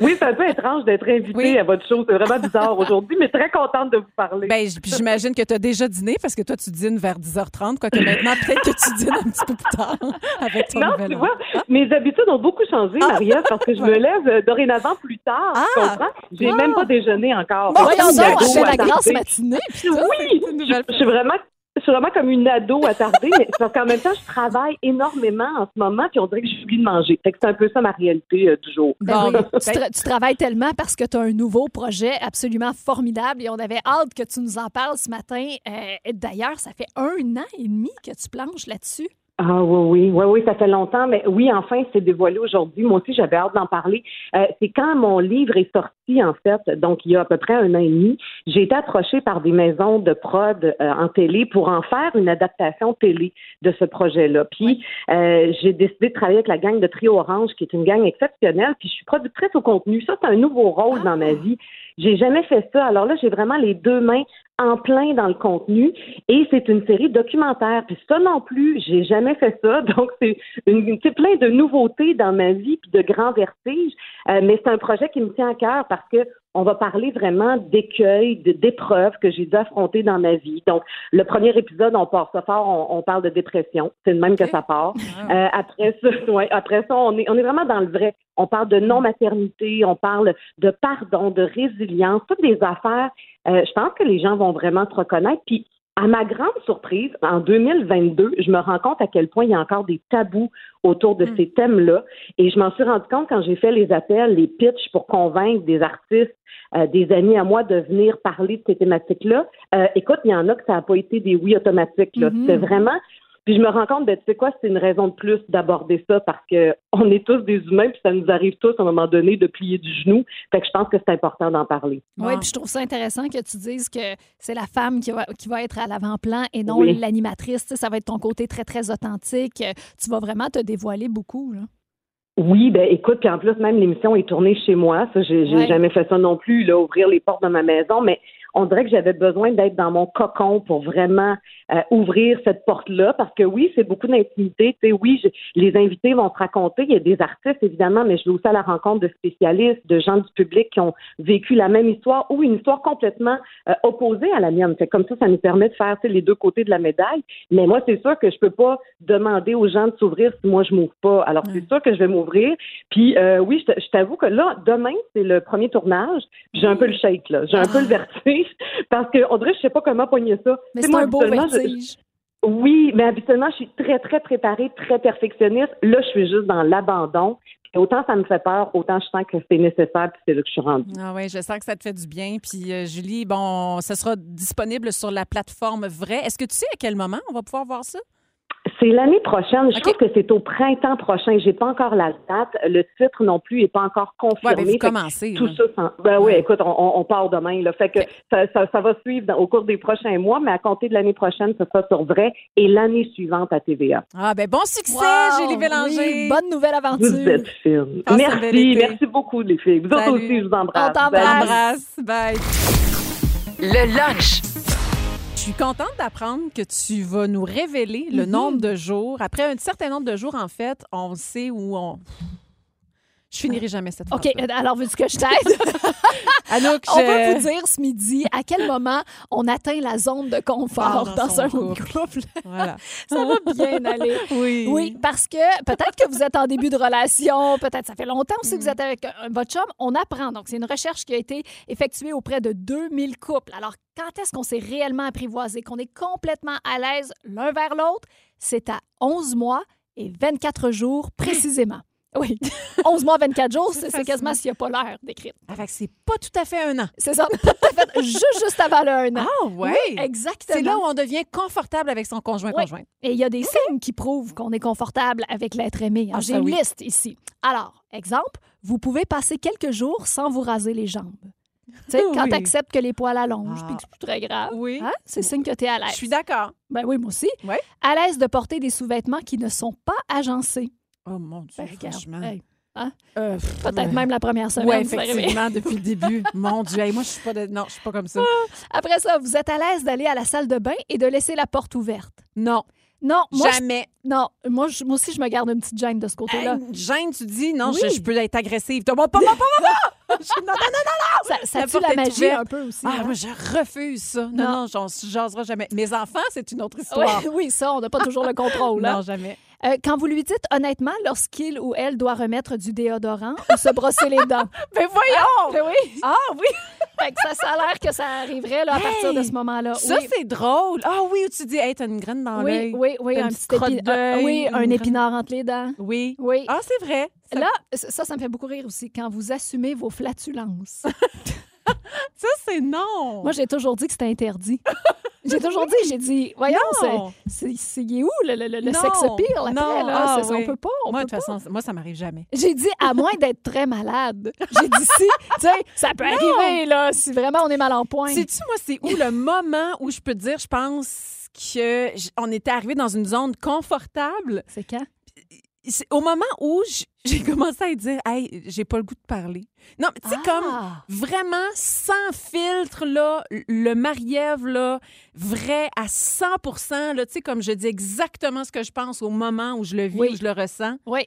Oui, c'est un peu étrange d'être invitée
Oui.
à votre show. C'est vraiment bizarre aujourd'hui, mais très contente de vous parler.
Ben, j- puis j'imagine que tu as déjà dîné parce que toi, tu dînes vers 10h30, quoique maintenant, peut-être que tu dînes un petit peu plus tard avec ton
non,
nouvel
tu
an. Ah.
vois, mes habitudes ont beaucoup changé, Maria, parce que je me lève euh, dorénavant plus tard. tu
Ah!
comprends? J'ai même pas déjeuné encore.
Bon, voyons
Je suis une ado
donc, elle fait la
attardée.
grasse matinée. puis tout.
Oui, je, je suis vraiment. Je suis vraiment comme une ado attardée, mais c'est parce qu'en même temps, je travaille énormément en ce moment, puis on dirait que j'oublie de manger. Fait que c'est un peu ça ma réalité euh, du jour.
Ben
Bon,
oui, tu, tra- tu travailles tellement parce que tu as un nouveau projet absolument formidable et on avait hâte que tu nous en parles ce matin. Euh, D'ailleurs, ça fait un an et demi que tu planches là-dessus.
Ah oui, oui, oui, oui, ça fait longtemps, mais oui, enfin, c'est dévoilé aujourd'hui. Moi aussi, j'avais hâte d'en parler. Euh, c'est quand mon livre est sorti, en fait, donc il y a à peu près un an et demi, j'ai été approchée par des maisons de prod euh, en télé pour en faire une adaptation télé de ce projet-là. Puis euh, j'ai décidé de travailler avec la gang de Trio Orange, qui est une gang exceptionnelle, puis je suis productrice au contenu. Ça, c'est un nouveau rôle dans ma vie. J'ai jamais fait ça. Alors là, j'ai vraiment les deux mains en plein dans le contenu et c'est une série documentaire. Puis ça non plus, j'ai jamais fait ça. Donc c'est une, c'est plein de nouveautés dans ma vie puis de grands vertiges. Euh, mais c'est un projet qui me tient à cœur parce que on va parler vraiment d'écueils, de- d'épreuves que j'ai dû affronter dans ma vie. Donc, le premier épisode, on part ça fort, on, on parle de dépression. C'est le même que ça part.
ah,
Euh, après ça, ouais, après ça, on est, on est vraiment dans le vrai. On parle de non-maternité, on parle de pardon, de résilience, toutes des affaires. Euh, je pense que les gens vont vraiment se reconnaître. Puis, à ma grande surprise, en 2022, je me rends compte à quel point il y a encore des tabous autour de ces thèmes-là. Et je m'en suis rendu compte quand j'ai fait les appels, les pitchs pour convaincre des artistes, euh, des amis à moi de venir parler de ces thématiques-là. Euh, écoute, il y en a que ça n'a pas été des oui automatiques. là.
Mhm.
C'était vraiment. Puis je me rends compte, ben, tu sais quoi, c'est une raison de plus d'aborder ça parce que on est tous des humains, puis ça nous arrive tous à un moment donné de plier du genou. Fait que je pense que c'est important d'en parler.
Oui, puis je trouve ça intéressant que tu dises que c'est la femme qui va, qui va être à l'avant-plan et non
Oui.
l'animatrice. Tu sais, Ça va être ton côté très, très authentique. Euh, Tu vas vraiment te dévoiler beaucoup. Là.
Oui, ben écoute, puis en plus, même l'émission est tournée chez moi. Ça, j'ai j'ai
Ouais.
jamais fait ça non plus, là, ouvrir les portes de ma maison, mais on dirait que j'avais besoin d'être dans mon cocon pour vraiment euh, ouvrir cette porte-là, parce que oui, c'est beaucoup d'intimité. Tu sais, oui, j'ai- les invités vont se raconter. Il y a des artistes, évidemment, mais je vais aussi à la rencontre de spécialistes, de gens du public qui ont vécu la même histoire ou une histoire complètement euh, opposée à la mienne. Fait que comme ça, ça nous permet de faire tu sais, les deux côtés de la médaille. Mais moi, c'est sûr que je peux pas demander aux gens de s'ouvrir si moi je m'ouvre pas. Alors c'est sûr que je vais m'ouvrir. Puis euh, oui, je t- je t'avoue que là, demain c'est le premier tournage. J'ai un peu le shake là, j'ai un peu le vertige parce que on dirait que je sais pas comment pogner ça.
Ah. Mais c'est
Tu sais, moi,
un beau
habituellement,
vertige.
je- oui, mais habituellement, je suis très, très préparée, très perfectionniste. Là, je suis juste dans l'abandon. Puis Autant ça me fait peur, autant je sens que c'est nécessaire, puis c'est là que je suis rendue.
Ah oui, je sens que ça te fait du bien. Puis euh, Julie, bon, ça sera disponible sur la plateforme Vrai. Est-ce que tu sais à quel moment on va pouvoir voir ça?
C'est l'année prochaine. Je trouve que c'est au printemps prochain. J'ai pas encore la date. Le titre non plus est pas encore
Ouais,
confirmé.
ben, vous
Fait que
commencez,
Tout
là.
ça, s'en- ben oui, écoute, on- on, on part demain. Là. Fait que ça, ça- ça va suivre dans- au cours des prochains mois, mais à compter de l'année prochaine, ce sera sur vrai et l'année suivante à TVA.
Ah ben bon succès,
Wow,
Julie Bélanger.
oui, bonne nouvelle aventure.
Vous êtes fine.
Passe un bel
Merci,
été.
merci beaucoup les filles. Vous autres
Salut.
aussi, je vous embrasse.
On t'embrasse.
Salut.
Bye.
Le lunch.
Je suis contente d'apprendre que tu vas nous révéler
Mhm.
le nombre de jours. Après un certain nombre de jours, en fait, on sait où on. Je finirai jamais cette
OK,
phrase.
euh, alors veux-tu que je t'aide?
Anouk,
On
je-
va vous dire ce midi à quel moment on atteint la zone de confort
Ah,
dans,
dans son
un couple.
Voilà.
Ça va bien aller.
Oui.
Oui, parce que peut-être que vous êtes en début de relation, peut-être ça fait longtemps aussi
Mm.
que vous êtes avec un- votre chum, on apprend. Donc, c'est une recherche qui a été effectuée auprès de 2000 couples. Alors, quand est-ce qu'on s'est réellement apprivoisé, qu'on est complètement à l'aise l'un vers l'autre? C'est à 11 mois et 24 jours précisément. Oui, 11 mois, 24 jours, c'est c'est quasiment s'il n'y a pas l'heure décrite.
Ah, fait que c'est pas tout à fait un an.
C'est ça, tout à fait, juste, juste avant le un an.
Ah, ouais.
Oui, exactement.
C'est là où on devient confortable avec son conjoint
Oui.
conjointe.
Et il y a des signes qui prouvent qu'on est confortable avec l'être aimé. hein.
Ah,
J'ai
ça,
une
oui.
liste ici. Alors, exemple, vous pouvez passer quelques jours sans vous raser les jambes. Tu sais, quand
Oui.
tu acceptes que les poils allongent,
Ah.
puis que c'est plus très grave,
Oui.
hein, c'est signe que tu es à
Je
l'aise.
suis d'accord.
Ben oui, moi aussi.
Ouais.
À l'aise de porter des sous-vêtements qui ne sont pas agencés.
Oh mon Dieu,
Ben, regarde,
franchement.
hey,
Euh,
Peut-être
ouais.
même la première semaine.
Ouais,
tu vas arriver.
effectivement, depuis le début. Mon Dieu, hey, moi, je suis pas de... Non, je suis pas comme ça.
Après ça, vous êtes à l'aise d'aller à la salle de bain et de laisser la porte ouverte.
Non,
Non, moi, je-
jamais.
non, moi, je- moi aussi, je me garde une petite gêne de ce côté-là.
Hey, Jane, tu dis, non,
Oui.
je, je peux être agressive. T'as- Bon, pas moi, pas moi, pas moi! Je- non, non, non, non.
Ça, ça
Ah La
tue
porte
la
est
magie
ouverte.
un peu aussi.
Ah,
hein.
moi, je refuse ça. Non,
Non.
non, j'en jasera jamais. Mes enfants, c'est une autre
Ouais,
histoire.
oui, ça, on n'a pas toujours le contrôle. hein.
Non, jamais.
Euh, quand vous lui dites honnêtement lorsqu'il ou elle doit remettre du déodorant ou se brosser les dents.
Mais voyons!
Ben oui.
Ah oui!
Fait que ça, ça a l'air que ça arriverait là, à partir de
Hey!
ce moment-là.
Ça,
oui.
c'est drôle. Ah oui, où tu dis, hey, t'as une graine dans
oui,
l'œil.
oui, oui,
T'as
un
une
petit
petite crotte
épi- un-
d'œil,
oui,
une
un
grande-
épinard entre les dents.
Oui.
Oui.
Ah, c'est vrai. Ça- Oh.
Là, ça, ça me fait beaucoup rire aussi quand vous assumez vos flatulences.
Ça, c'est non.
Moi, j'ai toujours dit que c'était interdit. J'ai toujours dit, j'ai dit, voyons, c'est, c'est, c'est il est où le, le, le, le
Non.
sexe pire après,
Non.
là?
Ah,
C'est- On
oui.
peut pas, on
Moi, de
peut
toute
pas.
façon, moi, ça m'arrive jamais.
J'ai dit, à moins d'être très malade. J'ai dit, si, tu sais, ça peut
Non.
arriver, là, si vraiment on est mal en point.
Sais-tu, moi, c'est où le moment où je peux te dire, je pense que j- on était arrivé dans une zone confortable.
C'est quand?
C'est au moment où j- j'ai commencé à dire, hey, j'ai pas le goût de parler. Non, mais tu sais, comme
Ah.
vraiment sans filtre, là, le Marie-Ève, là, vrai à 100 là, tu sais, comme je dis exactement ce que je pense au moment où je le vis,
Oui.
où je le ressens.
Oui,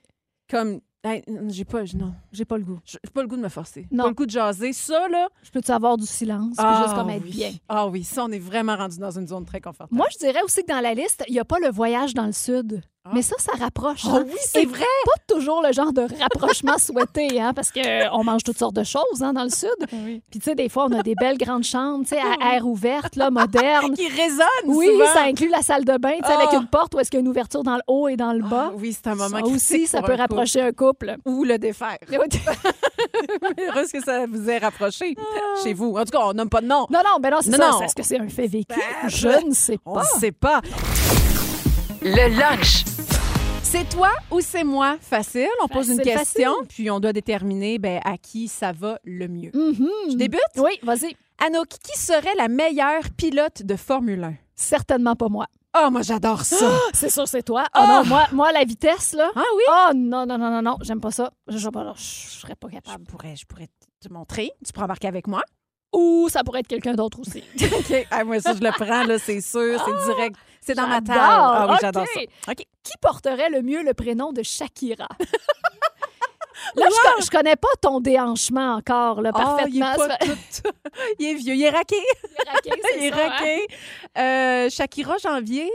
Comme, hey, n- j'ai pas, j- non,
j'ai pas le goût.
j'ai pas le goût de me forcer.
Non.
Pas le goût de jaser. Ça, là,
Je peux-tu avoir du silence, puis juste comme être
oui.
bien?
Ah oui, ça, on est vraiment rendu dans une zone très confortable.
Moi, je dirais aussi que dans la liste, il n'y a pas le voyage dans le sud. Mais ça, ça rapproche.
Oh
hein.
oui, c'est
Et
vrai!
Pas toujours le genre de rapprochement souhaité, hein, parce qu'on mange toutes sortes de choses hein, dans le sud. Puis, tu sais, des fois, on a des belles grandes chambres, tu sais, à air ouverte, là, moderne.
qui résonne
Oui,
souvent.
ça inclut la salle de bain, tu sais, avec
Ah.
une porte où est-ce qu'il y a une ouverture dans le haut et dans le bas.
Ah oui, c'est un moment
Ça
critique
aussi, ça
pour
peut
un couple.
rapprocher un couple.
Ou le défaire. Heureuse que ça vous ait rapproché chez vous. En tout cas, on nomme pas de nom.
Ah. Non, non, ben non, c'est
Non,
ça.
non.
C'est- Est-ce que c'est un fait vécu?
Ben,
Je ne sais
On
pas.
ne sait pas.
Le lunch.
C'est toi ou c'est moi? Facile. On pose une
Facile,
question, puis on doit déterminer ben, à qui ça va le mieux.
Mhm.
Je débute?
Oui, vas-y.
Anouk, qui serait la meilleure pilote de Formule 1?
Certainement pas moi.
Ah, moi, j'adore ça.
C'est sûr, c'est toi. Oh, non, moi, moi, la vitesse, là.
ah oui?
Oh non, non, non, non, non, j'aime pas ça. Je, je, je- je serais pas
Je
capable.
pourrais, je pourrais te montrer. Tu pourras embarquer avec moi.
Ou ça pourrait être quelqu'un d'autre aussi.
OK. Ah, moi, ça, je le prends, là, c'est sûr, c'est direct. C'est dans ma table.
J'adore.
Ah oui,
OK.
Oh! j'adore ça. OK.
Qui porterait le mieux le prénom de Shakira? Là, je, co- je connais pas ton déhanchement encore, là,
Ah, il
parfaitement.
est pas tout- il est vieux, il est raqué. hein? Il est raqué. Euh, Shakira Janvier.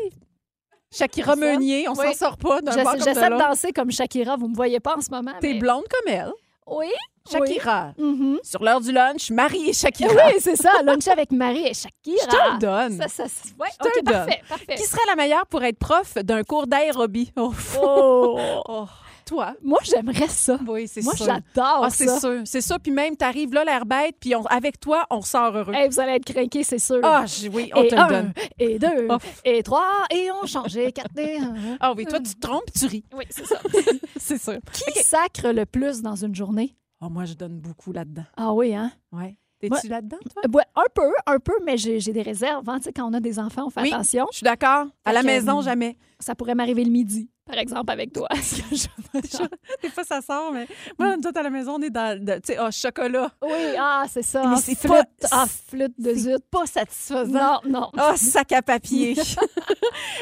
Shakira
C'est ça?
Meunier, on
Oui.
s'en sort pas d'un bord comme
J'essaie
de
de
l'autre.
danser comme Shakira, vous me voyez pas en ce moment.
T'es
mais-
blonde comme elle.
Oui.
Shakira.
Oui, Mhm.
Sur l'heure du lunch, Marie et Shakira.
Oui, c'est ça. Lunch avec Marie et Shakira.
Je te le donne.
Ça, ça, ça- ouais,
Je te
OK,
le donne.
parfait, parfait.
Qui serait la meilleure pour être prof d'un cours d'aérobie? Oh,
Oh.
oh, toi.
Moi, j'aimerais ça.
Oui, c'est
Moi,
sûr.
j'adore
Ah, c'est
Oh, ça.
sûr. C'est ça. Puis même, t'arrives là, l'air bête, puis on- avec toi, on sort heureux.
Hey, Eh, vous allez être craqués, c'est sûr.
Ah, j- oui, on
et
te
un,
le donne.
Et deux,
Oh.
et trois, et on change. Et quatre, et un.
Ah oui, toi, tu te trompes, tu ris.
euh, Oui, c'est ça.
C'est sûr.
Qui sacre le plus dans une journée?
Oh, moi, je donne beaucoup là-dedans.
Ah oui, hein?
Ouais. T'es-tu
Moi-
là-dedans, toi?
Ouais, un peu, un peu, mais j'ai j'ai des réserves. hein. Tu sais, Quand on a des enfants, on fait
Oui.
attention.
Je suis d'accord. À la
Fait que,
maison,
euh,
jamais.
Ça pourrait m'arriver le midi, par exemple, avec toi. Je-
Des fois, ça sort, mais moi, nous autres, à la maison, on est dans. de- Tu sais, oh, chocolat.
oui, ah, c'est ça.
Mais
en
c'est
flûte,
pas-
en flûte de zut.
Pas satisfaisant.
Non, non.
Oh, sac à papier.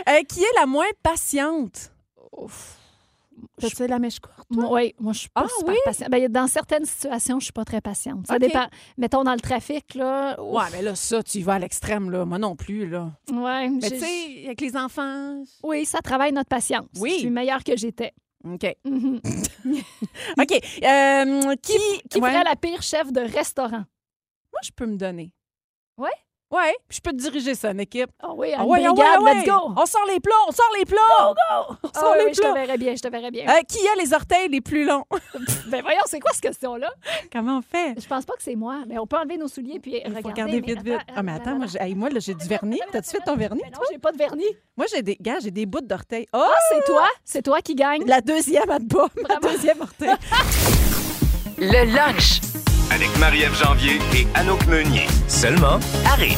Euh, qui est la moins patiente?
Ouf.
T'as-tu la mèche courte?
Moi, oui, moi, je suis pas
Ah,
super
oui?
patiente. Ben, dans certaines situations, je suis pas très patiente. Ça
OK.
dépend. Mettons, dans le trafic, là. ouf.
Ouais, mais là, ça, tu y vas à l'extrême, là. Moi non plus, là.
Ouais,
Mais
j'ai-
tu sais, avec les enfants.
Oui, ça travaille notre patience.
Oui.
Je suis meilleure que j'étais.
OK.
Mhm.
OK. euh, qui.
Qui
ouais.
ferait la pire chef de restaurant?
Moi, je peux me donner.
Ouais?
Ouais. puis Je peux te diriger ça, une équipe.
Ah oui,
Ah
une
ouais, ah ouais,
brigade,
ah ouais.
let's go!
On sort les plombs, on sort les plombs! Go, go! On
Ah
sort
oui,
les
oui, je te
plombs!
verrais bien, je te verrais bien.
Euh, qui a les orteils les plus longs?
Ben voyons, c'est quoi cette question-là?
Comment on fait?
Je pense pas que c'est moi, mais on peut enlever nos souliers puis
Il
regarder.
faut regarder
mais
vite, vite. Ah, mais attends, moi, j'ai, hey, moi, là, j'ai du vernis. T'as-tu fait ton vernis,
Ben non,
toi?
j'ai pas de vernis.
Moi, j'ai des, gars, j'ai des bouts d'orteils. Oh!
Ah, c'est toi, c'est toi qui gagne.
La deuxième à de bas, ma
Bravo.
deuxième orteil.
Le lunch.
Avec Marie-Ève Janvier et Anouk Meunier. Seulement à rythme.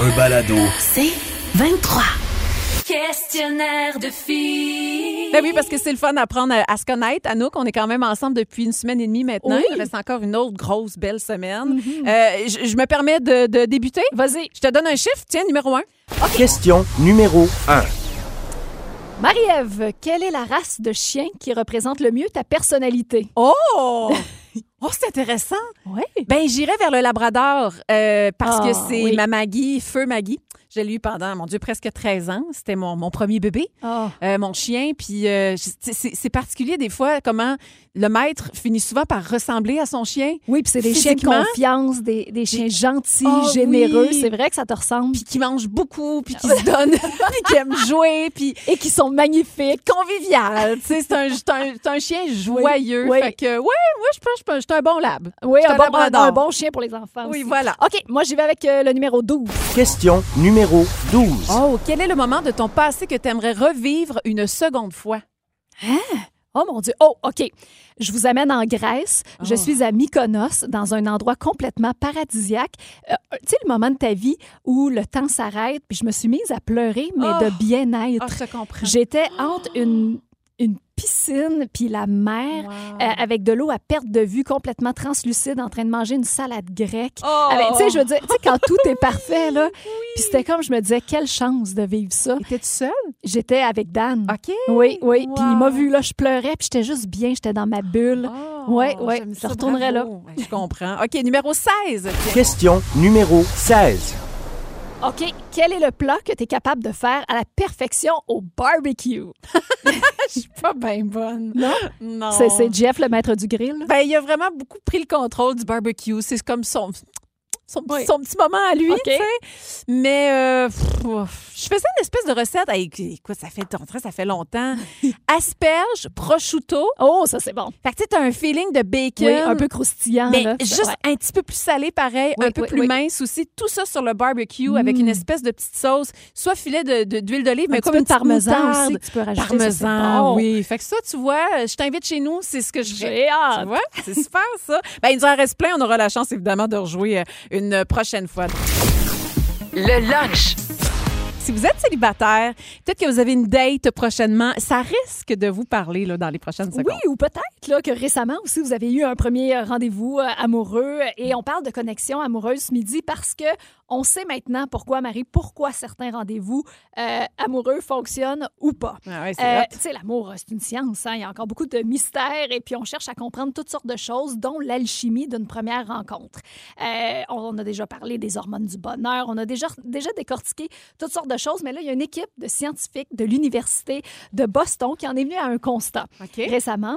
Un balado.
C'est 23. Questionnaire de filles.
Ben oui, parce que c'est le fun d'apprendre à, à se connaître. Anouk, on est quand même ensemble depuis une semaine et demie maintenant.
Oui. Mm-hmm.
Il reste encore une autre grosse, belle semaine. Euh, je, je me permets de, de débuter.
Vas-y.
Je te donne un chiffre. Tiens, numéro un.
OK.
Question numéro 1.
Marie-Ève, quelle est la race de chien qui représente le mieux ta personnalité?
Oh! Oh, c'est intéressant.
Oui.
Ben, j'irai vers le Labrador euh, parce
Ah,
que c'est
oui.
ma Maggie, feu Maggie. Je l'ai eu pendant, mon Dieu, presque 13 ans. C'était mon, mon premier bébé,
Ah.
euh, mon chien. Puis euh, je- c'est- c'est c'est particulier des fois comment le maître finit souvent par ressembler à son chien.
Oui, puis c'est des chiens de
Physiquement.
confiance, des, des chiens gentils,
Ah, oui.
généreux. C'est vrai que ça te ressemble. Puis
qui mangent beaucoup, puis
Ah
qui se donnent, puis qui aiment jouer, puis
et qui sont magnifiques,
conviviales. Tu sais, c'est un, c'est un- c'est un chien joyeux.
oui.
Fait que, ouais, moi, je pense que je suis un bon lab.
Oui,
Je suis
un bon,
labrador.
un bon chien pour les enfants.
Oui,
aussi.
voilà.
OK, moi, j'y vais avec euh, le numéro 12.
Question numéro 12.
Oh, quel est le moment de ton passé que tu aimerais revivre une seconde fois?
Oh mon Dieu. Oh, OK. Je vous amène en Grèce. Je suis à Mykonos, dans un endroit complètement paradisiaque. Euh, tu sais, le moment de ta vie où le temps s'arrête, puis je me suis mise à pleurer, mais
Oh.
de bien-être.
Ah, je te comprends.
J'étais entre une une piscine puis la mer euh, avec de l'eau à perte de vue complètement translucide en train de manger une salade grecque.
Oh!
Avec- Tu sais je veux dire tu sais, quand tout est parfait là. Puis c'était comme je me disais quelle chance de vivre ça.
Étais-tu seule
J'étais avec Dan.
OK.
Oui oui, puis il m'a
Wow.
vu là, je pleurais puis j'étais juste bien, j'étais dans ma bulle.
Oh,
ouais ouais, je
ça,
retournerais là.
bravo. Je comprends. OK, numéro 16.
Question numéro 16.
Oh.
OK, quel est le plat que tu es capable de faire à la perfection au barbecue
Je suis pas bien bonne.
Non?
Non.
C'est c'est Jeff le maître du grill.
Ben, il a vraiment beaucoup pris le contrôle du barbecue. C'est comme son, son,
Oui.
son petit moment à lui,
OK.
tu sais. Mais euh, pff, je faisais une espèce de recette. Hey, écoute, ça fait, on dirait que ça fait longtemps. Asperges, prosciutto.
Oh, ça, c'est bon.
Fait que tu sais, t'as un feeling de bacon.
Oui, un peu croustillant,
Mais
là.
Ben, juste
Ouais.
un petit peu plus salé, pareil.
Oui,
un peu
oui, Mmh.
plus
oui.
mince aussi. Tout ça sur le barbecue avec une espèce de petite sauce. Soit filet de- de- d'huile d'olive, mais
petit
comme
peu
une
de parmesan
petite
aussi
moutarde.
que tu peux rajouter, ça, c'est
Parmesan,
bon.
oui. Fait que ça, tu vois, je t'invite chez nous, c'est ce que je fais.
J'ai hâte.
Tu vois, c'est super ça. Ben, il nous en reste plein. On aura la chance, évidemment, de rejouer euh, une prochaine fois. Le lunch. Si vous êtes célibataire, peut-être que vous avez une date prochainement, ça risque de vous parler là, dans les prochaines secondes.
Oui, ou peut-être là, que récemment aussi, vous avez eu un premier euh, rendez-vous euh, amoureux et on parle de connexion amoureuse ce midi parce que on sait maintenant pourquoi, Marie, pourquoi certains rendez-vous euh, amoureux fonctionnent ou pas.
Ah ouais, c'est
Euh,
hot.
tu sais, l'amour, euh, c'est une science. hein. Il y a encore beaucoup de mystères et puis on cherche à comprendre toutes sortes de choses, dont l'alchimie d'une première rencontre. Euh, on, on a déjà parlé des hormones du bonheur, on a déjà, déjà décortiqué toutes sortes de choses, mais là, il y a une équipe de scientifiques de l'Université de Boston qui en est venue à un constat récemment.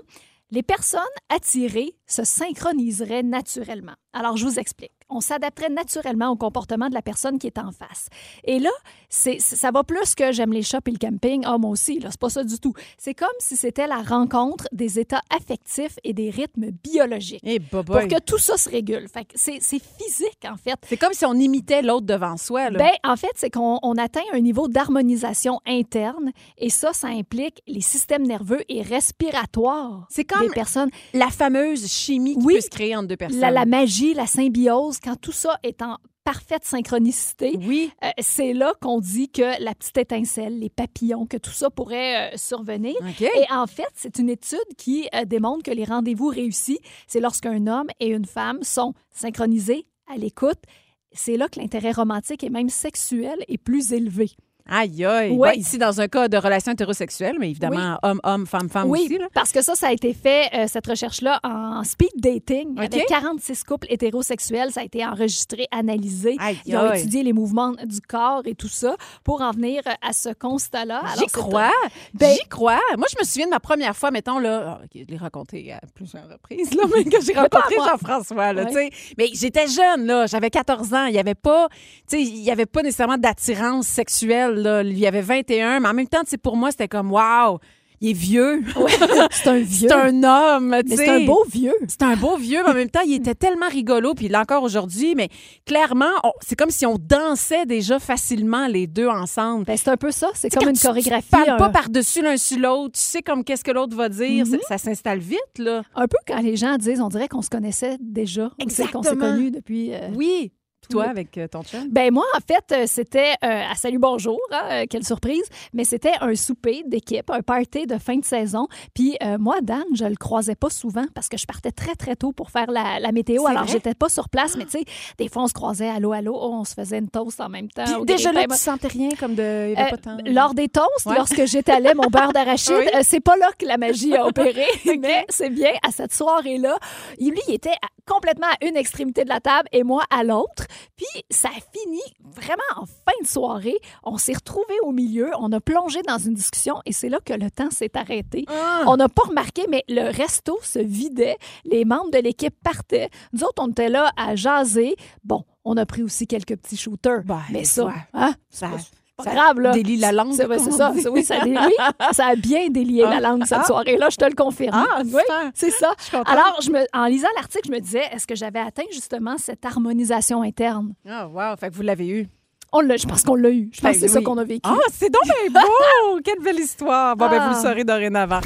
Les personnes attirées se synchroniseraient naturellement. Alors, je vous explique. On s'adapterait naturellement au comportement de la personne qui est en face. Et là, c'est, c'est- ça va plus que j'aime les shops et le camping. Ah, moi aussi, là, c'est pas ça du tout. C'est comme si c'était la rencontre des états affectifs et des rythmes biologiques.
Eh boy.
pour que tout ça se régule. Fait que c'est, c'est physique, en fait.
C'est comme si on imitait l'autre devant soi. là.
Ben, en fait, c'est qu'on on atteint un niveau d'harmonisation interne et ça, ça implique les systèmes nerveux et respiratoires
C'est comme
des personnes.
la fameuse chimie qui peut se créer entre deux personnes.
La, la magie, la symbiose, quand tout ça est en parfaite synchronicité, euh,
oui.
c'est là qu'on dit que la petite étincelle, les papillons, que tout ça pourrait euh, survenir.
OK.
Et en fait, c'est une étude qui euh, démontre que les rendez-vous réussis, c'est lorsqu'un homme et une femme sont synchronisés, à l'écoute. C'est là que l'intérêt romantique et même sexuel est plus élevé.
Aïe, aïe.
Ouais.
Ben, ici, dans un cas de relation hétérosexuelle, mais évidemment, homme-homme, femme-femme
oui,
aussi. là.
parce que ça, ça a été fait, euh, cette recherche-là, en speed dating. Avec 46 couples hétérosexuels, ça a été enregistré, analysé. Ils ont
aïe.
étudié les mouvements du corps et tout ça pour en venir euh, à ce constat-là. Alors,
J'y
c'est-
crois.
Ben-
J'y crois. Moi, je me souviens de ma première fois, mettons, là, ah, ok, je l'ai rencontré à plusieurs reprises, là, mais que j'ai
Mais pas à
rencontré
moi.
Jean-François, là,
Ouais.
tu sais. Mais j'étais jeune, là, j'avais 14 ans. Il n'y avait pas, tu sais, il y avait pas nécessairement d'attirance sexuelle, là. Il y avait 21, mais en même temps, tu sais, pour moi, c'était comme, waouh, il est vieux.
c'est un vieux.
C'est un homme, tu
Mais
sais.
c'est un beau vieux.
C'est un beau vieux, mais en même temps, il était tellement rigolo, puis il l'est encore aujourd'hui, mais clairement, on- c'est comme si on dansait déjà facilement les deux ensemble.
Ben, c'est un peu ça, c'est
Tu sais,
comme
quand
une
tu-
chorégraphie, euh,
Tu parles
un-
pas par-dessus l'un sur l'autre, tu sais comme qu'est-ce que l'autre va dire, c'est- ça s'installe vite, là.
Un peu quand les gens disent, on dirait qu'on se connaissait déjà. On sait Qu'on s'est
Exactement.
connus depuis... euh,
Oui. Puis toi, avec euh, ton chum?
Ben moi, en fait, euh, c'était euh, à Salut Bonjour, hein, euh, quelle surprise, mais c'était un souper d'équipe, un party de fin de saison. Puis euh, moi, Dan, je le croisais pas souvent parce que je partais très, très tôt pour faire la, la météo.
C'est
Alors,
vrai?
j'étais pas sur place, mais tu sais, des fois, on se croisait allô, allô, oh, on se faisait une toast en même temps.
Puis
au
déjà là,
grille-pain.
tu sentais rien comme de. Il y avait pas tant.
Euh, Lors des toasts,
Ouais.
lorsque j'étalais mon beurre d'arachide,
Oui.
euh, c'est pas là que la magie a opéré, mais c'est bien à cette soirée-là. il- Lui, il était à- complètement à une extrémité de la table et moi à l'autre. Puis ça a fini vraiment en fin de soirée. On s'est retrouvés au milieu, on a plongé dans une discussion et c'est là que le temps s'est arrêté.
Ah!
On n'a pas remarqué, mais le resto se vidait. Les membres de l'équipe partaient. Nous autres, on était là à jaser. Bon, on a pris aussi quelques petits shooters. mais ça,
Ben, ouais.
hein, c'est
Ça-
pas- c'est pas
ça
grave, là.
délie la langue,
C'est ouais,
comme
c'est
on
ça.
dit.
C'est- Oui, ça délie. Ça a bien délié
Ah.
la langue cette
Ah.
soirée-là, je te le confirme.
Ah,
oui, c'est ça.
contente.
Alors, je me, en lisant l'article, je me disais, est-ce que j'avais atteint justement cette harmonisation interne?
Ah, wow, fait que vous l'avez eu.
On l'a, je pense qu'on l'a eu. Je pense
Ben
que c'est ça
oui.
qu'on a vécu.
Ah, c'est donc bien beau! Quelle belle histoire! Bon, ben, vous
Ah.
le saurez dorénavant.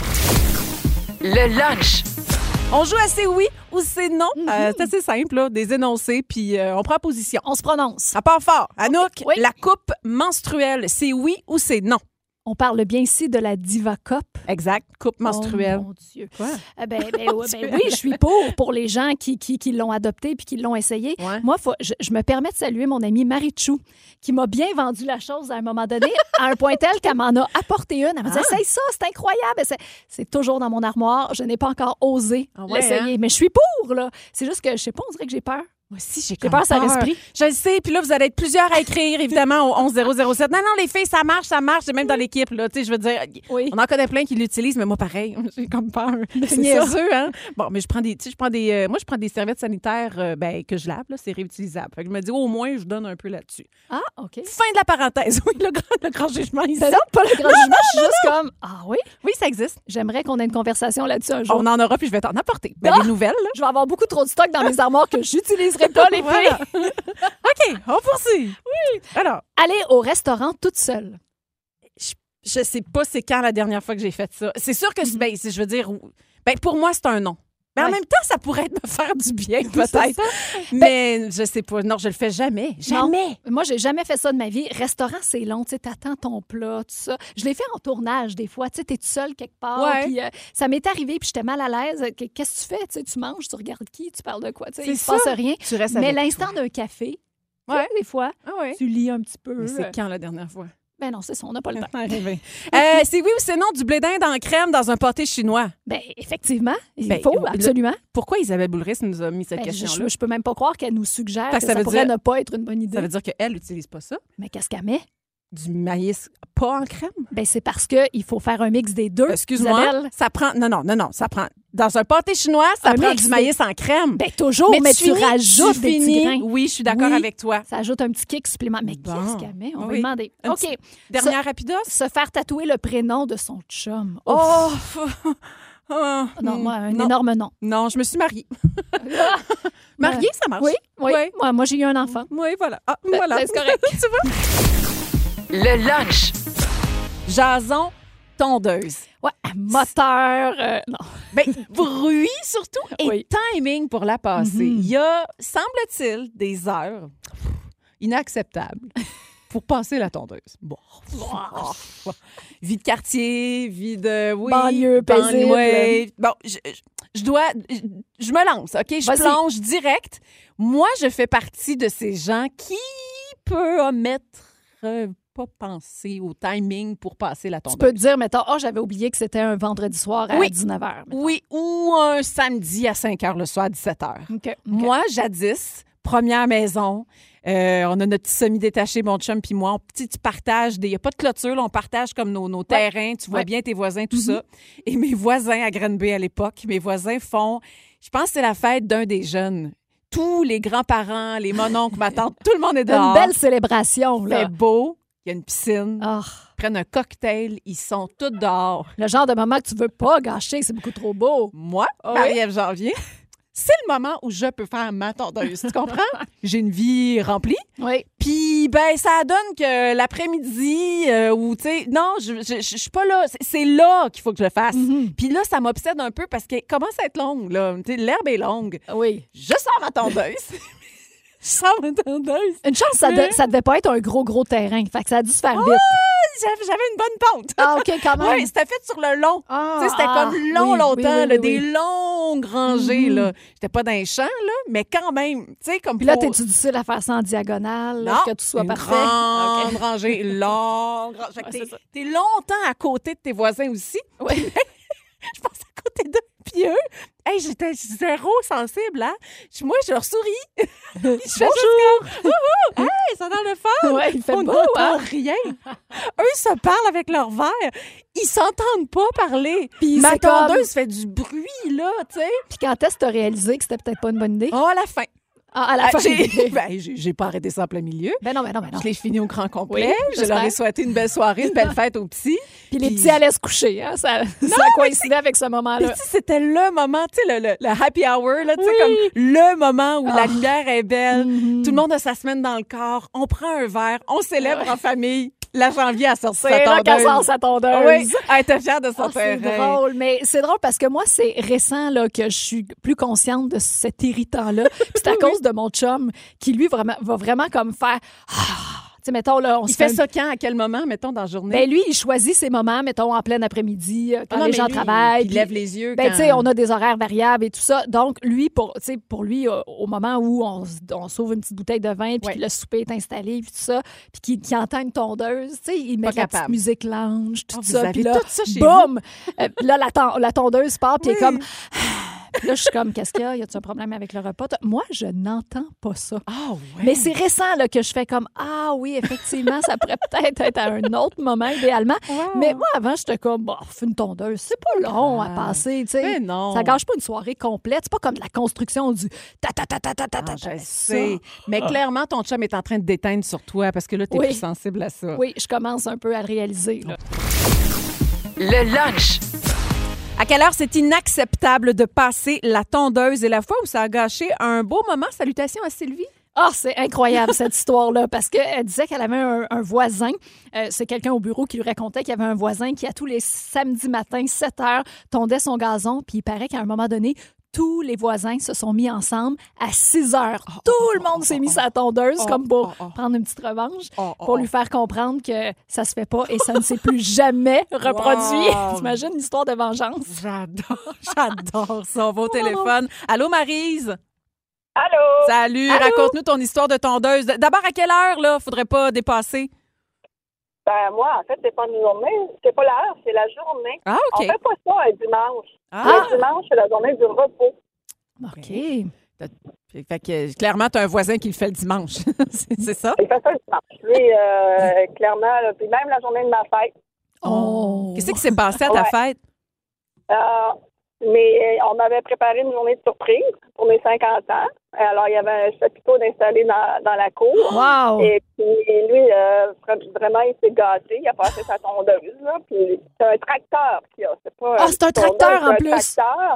Le lunch. On joue à c'est oui ou c'est non.
Mhm.
Euh, c'est assez simple, là, des énoncés, puis euh, on prend position.
On se prononce.
À part fort. Anouk, la coupe menstruelle, c'est oui ou c'est non?
On parle bien ici de la Diva Cup.
Exact, coupe menstruelle.
Oh mon Dieu.
Quoi?
Euh, ben, ben, ouais, ben
Dieu.
oui, je suis pour, pour les gens qui, qui, qui l'ont adopté puis qui l'ont essayé. Moi, faut- je, je me permets de saluer mon amie Marie Chou, qui m'a bien vendu la chose à un moment donné, à un point tel qu'elle m'en a apporté une. Elle m'a dit
Ah.
Essaye ça, c'est incroyable. C'est- C'est toujours dans mon armoire. Je n'ai pas encore osé
ouais,
l'essayer,
hein?
mais je suis pour. là. C'est juste que, je sais pas, on dirait que j'ai peur.
Moi aussi, j'ai
J'ai
comme
peur, ça l'esprit.
Je le sais. Puis là, vous allez être plusieurs à écrire, évidemment, au 11007. Non, non, les filles, ça marche, ça marche. Même dans l'équipe, là, tu sais, je veux dire, on en connaît plein qui l'utilisent, mais moi, pareil, j'ai comme peur. C'est
c'est
niaiseux, hein? Bon, mais je prends des, tu sais, je prends des, euh, moi, je prends des serviettes sanitaires, euh, ben, que je lave, là, c'est réutilisable. Fait que je me dis, au moins, je donne un peu là-dessus.
Ah, OK.
Fin de la parenthèse. Oui, le grand, le grand jugement, il
Ben
sort.
non, pas le grand
Non,
jugement,
non,
je suis
non,
juste
non.
comme Ah oui?
Oui, ça existe.
J'aimerais qu'on ait une conversation là-dessus un jour.
On en aura, puis je vais t'en apporter. Ben,
Ah!
des nouvelles, là.
Je vais avoir beaucoup trop de stock dans mes armoires que j'utiliserai pas, les
Voilà.
filles.
OK, on poursuit. Oui. Alors.
Aller au restaurant toute seule.
Je sais pas c'est quand la dernière fois que j'ai fait ça. C'est sûr que, c'est- ben, c'est- je veux dire, ou- ben, pour moi, c'est un non. Mais en
Ouais.
même temps, ça pourrait être me faire du bien,
c'est
peut-être. Mais je sais pas. Non, je le fais jamais. Jamais.
Ben- Non. Moi, j'ai jamais fait ça de ma vie. Restaurant, c'est long. Tu sais, t'attends ton plat, tout ça. Je l'ai fait en tournage des fois. Tu sais, t'es tout seul quelque part.
Ouais.
Puis euh, ça m'est arrivé, puis j'étais mal à l'aise. Euh, Que- Qu'est-ce que tu fais? Tu sais, tu manges, tu regardes qui, tu parles de quoi. Tu sais, il
C'est
se passe
ça.
rien.
Tu restes
Mais
avec
l'instant d'un café, tu sais,
Ouais.
des fois, tu lis un petit peu.
Mais
euh,
c'est quand la dernière fois?
Ben non, c'est ça, on n'a pas le temps.
Arrivé. Euh, c'est oui ou c'est non du blé d'Inde en crème dans un pâté chinois?
Ben, effectivement, il
Ben,
faut
le-
absolument.
Pourquoi Isabelle Boulris nous a mis cette
Ben, je-
question-là?
je, je peux même pas croire qu'elle nous suggère que,
Fait que
ça,
ça veut
pourrait
dire-
ne pas être une bonne idée.
Ça veut dire qu'elle n'utilise pas ça?
Mais qu'est-ce qu'elle met?
Du maïs pas en crème?
Ben, c'est parce qu'il faut faire un mix des deux.
Excuse-moi,
Euh, Isabelle.
ça prend. Non, non, non, non, ça prend. Dans un pâté chinois, ça
Un
prend
mix,
du
c'est-
maïs en crème.
Ben, toujours, mais, tu,
finis,
rajoutes
tu
des petits
finis.
grains.
Oui, je suis d'accord
Oui,
avec toi.
Ça ajoute un petit kick supplémentaire. Mais
Bon.
qu'est-ce qu'elle met? On va
Oui.
lui demander.
Un
OK.
petit- Dernière
se,
rapide.
se faire tatouer le prénom de son chum. Ouf.
Oh! Ah,
Hmm. Non, moi, un
non.
énorme non.
Non, je me suis mariée. mariée, ça marche.
Ah, Oui, oui.
Ouais.
Moi, moi, j'ai eu un enfant.
Oui, voilà. Ah, voilà.
ben, c'est correct.
tu vois? Le lunch. Jason, tondeuse.
Ouais, moteur. euh, non.
Ben, bruit surtout et
Oui.
timing pour la passer.
Mhm.
Il y a, semble-t-il, des heures inacceptables pour passer la tondeuse. Bon. Vie de quartier, vie de... Oui,
Banlieue paisible.
ouais. Bon, je, je- je dois... Je, je me lance, OK? Je
Vas-y.
plonge direct. Moi, je fais partie de ces gens qui peut omettre, euh, pas penser au timing pour passer la
Tu
tondeuse.
peux te dire, mettons, oh, j'avais oublié que c'était un vendredi soir à
Oui.
19h.
Oui, ou un samedi à 5 h le soir, à 17 h. Moi, jadis, première maison, euh, on a notre petit semi-détaché, mon chum puis moi. On, petit, tu partages, il n'y a pas de clôture, là, on partage comme nos, nos terrains, tu vois
Ouais. Mm-hmm.
bien tes voisins, tout ça. Et mes voisins à Granby à l'époque, mes voisins font, je pense que c'est la fête d'un des jeunes. Tous les grands-parents, les mononcles, ma tante, tout le monde est dehors.
Une belle célébration.
C'est
Là.
beau, il y a une piscine.
Ah.
Ils prennent un cocktail, ils sont tous dehors.
Le genre de moment que tu veux pas gâcher, c'est beaucoup trop beau.
Moi,
Ah oui?
Marie-Ève Janvier, c'est le moment où je peux faire ma tondeuse. Tu comprends? J'ai une vie remplie.
Oui.
Puis, ben, ça donne que l'après-midi, euh, ou, tu sais, non, je, je, je- je suis pas là. C'est- C'est là qu'il faut que je le fasse.
Mhm.
Puis là, ça m'obsède un peu parce qu'elle commence à être longue, là. Tu sais, L'herbe est longue.
Oui.
Je sors ma tondeuse. sans tondeuse.
Une chance, ça,
Mais-
de- ça devait pas être un gros, gros terrain. Fait que ça a dû se faire
Ouais,
vite.
Ah, j'avais j'avais une bonne pente.
Ah, OK, quand même.
Oui, c'était fait sur le long. Tu sais, c'était
ah,
comme long,
oui,
longtemps,
oui, oui,
là,
oui,
des
oui.
longues rangées.
Mhm.
là. J'étais pas dans les champs, là, mais quand même, tu sais, comme
Puis là,
pour-
t'es-tu difficile à faire ça en diagonale, là,
Non,
que tout soit
une
parfait?
grande
OK.
rangée, longue rangée. Fait que
Ouais,
t'es-
c'est ça.
t'es longtemps à côté de tes voisins aussi. je passe à côté d'eux, puis eux, hey, j'étais zéro sensible, hein? Je- Moi, je leur souris. Puis je fais juste comme, Wouhou! Hey, ça dans le fun!
Ouais, il fait
On
beau,
n'entend
hein?
rien. Eux se parlent avec leur verre. Ils s'entendent pas parler.
Puis
Ma
c'est comme-
tondeuse fait du bruit, là, tu sais.
Puis quand est-ce que t'as réalisé que c'était peut-être pas une bonne idée?
Ah, à la fin.
Ah, à la
Ah,
fin.
j'ai- ben, j'ai j'ai pas arrêté ça en plein milieu.
Ben non, ben non, ben non.
Je l'ai fini au grand complet.
Oui,
je leur ai
j'espère.
souhaité une belle soirée, une belle fête aux petits.
Puis les petits allaient se coucher. Hein? Ça, ça coïncidait avec ce
Puis,
moment-là.
tu sais, c'était le moment, tu sais, le, le- le happy hour, là, tu sais, comme le moment où la lumière est belle, tout le monde a sa semaine dans le corps, on prend un verre, on célèbre en famille. La janvier a sorti sa
C'est là
tondeuse.
qu'elle sort sa tondeuse.
Ah Oui, elle était fière de son
Ah, c'est
terrain.
drôle, mais c'est drôle parce que moi, c'est récent là, que je suis plus consciente de cet irritant-là. Puis c'est à cause de mon chum qui, lui, vraiment, va vraiment comme faire... Ah! Tu sais, mettons, là, on
Il
se
fait
un-
ça quand, à quel moment, mettons, dans la journée?
Ben lui, il choisit ses moments, mettons, en plein après-midi, euh, quand
Ah non,
les
mais
gens
lui,
travaillent.
il
puis-
lève les yeux
Ben,
quand-
tu sais, on a des horaires variables et tout ça. Donc, lui, pour, tu sais, pour lui, euh, au moment où on, s- on s'ouvre une petite bouteille de vin, puis
Ouais.
que le souper est installé, puis tout ça, puis qu'il qu'il entend une tondeuse, tu sais, il met
Pas
de la petite
capable.
musique lounge, tout
Ah, vous
ça.
avez
puis là,
tout ça chez
boum! Euh, puis là, la, ton- la tondeuse part, puis il est
Oui.
comme... Puis là, je suis comme, qu'est-ce qu'il y a? Y a-tu un problème avec le repas? Toi, Moi, je n'entends pas ça. Mais c'est récent là, que je fais comme, ah oui, effectivement, ça pourrait peut-être être à un autre moment, idéalement. Mais moi, avant, j'étais comme, bah, fais une tondeuse, c'est pas long à passer, tu sais.
Mais non.
Ça gâche pas une soirée complète. C'est pas comme de la construction du ta ta ta ta ta ta ta. ta,
C'est-
ça.
Ah, Mais
Ah.
clairement, ton chum est en train de déteindre sur toi parce que là, t'es
Oui.
plus sensible à ça.
Oui, je commence un peu à le réaliser. là.
Le lunch. À quelle heure c'est inacceptable de passer la tondeuse et la fois où ça a gâché un beau moment? Salutations à Sylvie.
Ah, c'est incroyable cette histoire-là, parce qu'elle disait qu'elle avait un, un voisin. Euh, c'est quelqu'un au bureau qui lui racontait qu'il y avait un voisin qui, à tous les samedis matins, 7 heures, tondait son gazon, puis il paraît qu'à un moment donné, tous les voisins se sont mis ensemble à 6 heures. Tout le monde s'est mis sa tondeuse
oh,
comme pour
oh, oh.
prendre une petite revanche,
oh,
pour lui
oh.
faire comprendre que ça se fait pas et ça ne s'est plus jamais reproduit.
Wow.
T'imagines une histoire de vengeance?
J'adore, j'adore ça. On va au téléphone. Allô, Marise?
Allô?
Salut,
Allô?
raconte-nous ton histoire de tondeuse. D'abord, à quelle heure, là? Faudrait pas dépasser.
Ben, moi, en fait, c'est pas une journée. C'est pas l'heure, c'est la journée.
Ah,
On
OK.
fait pas ça un dimanche.
Ah.
Le dimanche, c'est la journée du repos.
OK.
Fait que, clairement, t'as un voisin qui le fait le dimanche. c'est c'est ça?
Il fait ça le dimanche. Lui, euh, clairement, là, puis même la journée de ma fête.
Oh.
Qu'est-ce qui s'est passé à ta
Ouais.
fête?
Euh, mais euh, on m'avait préparé une journée de surprise pour mes 50 ans. Alors, il y avait un chapiteau d'installer dans, dans la cour.
Wow!
Et puis, lui, euh, vra- vraiment, il s'est gâté. Il a passé sa tondeuse. Là, puis, c'est un tracteur qu'il a. C'est pas
Ah,
une
c'est un
tondeuse,
tracteur en
c'est un
plus.
tracteur.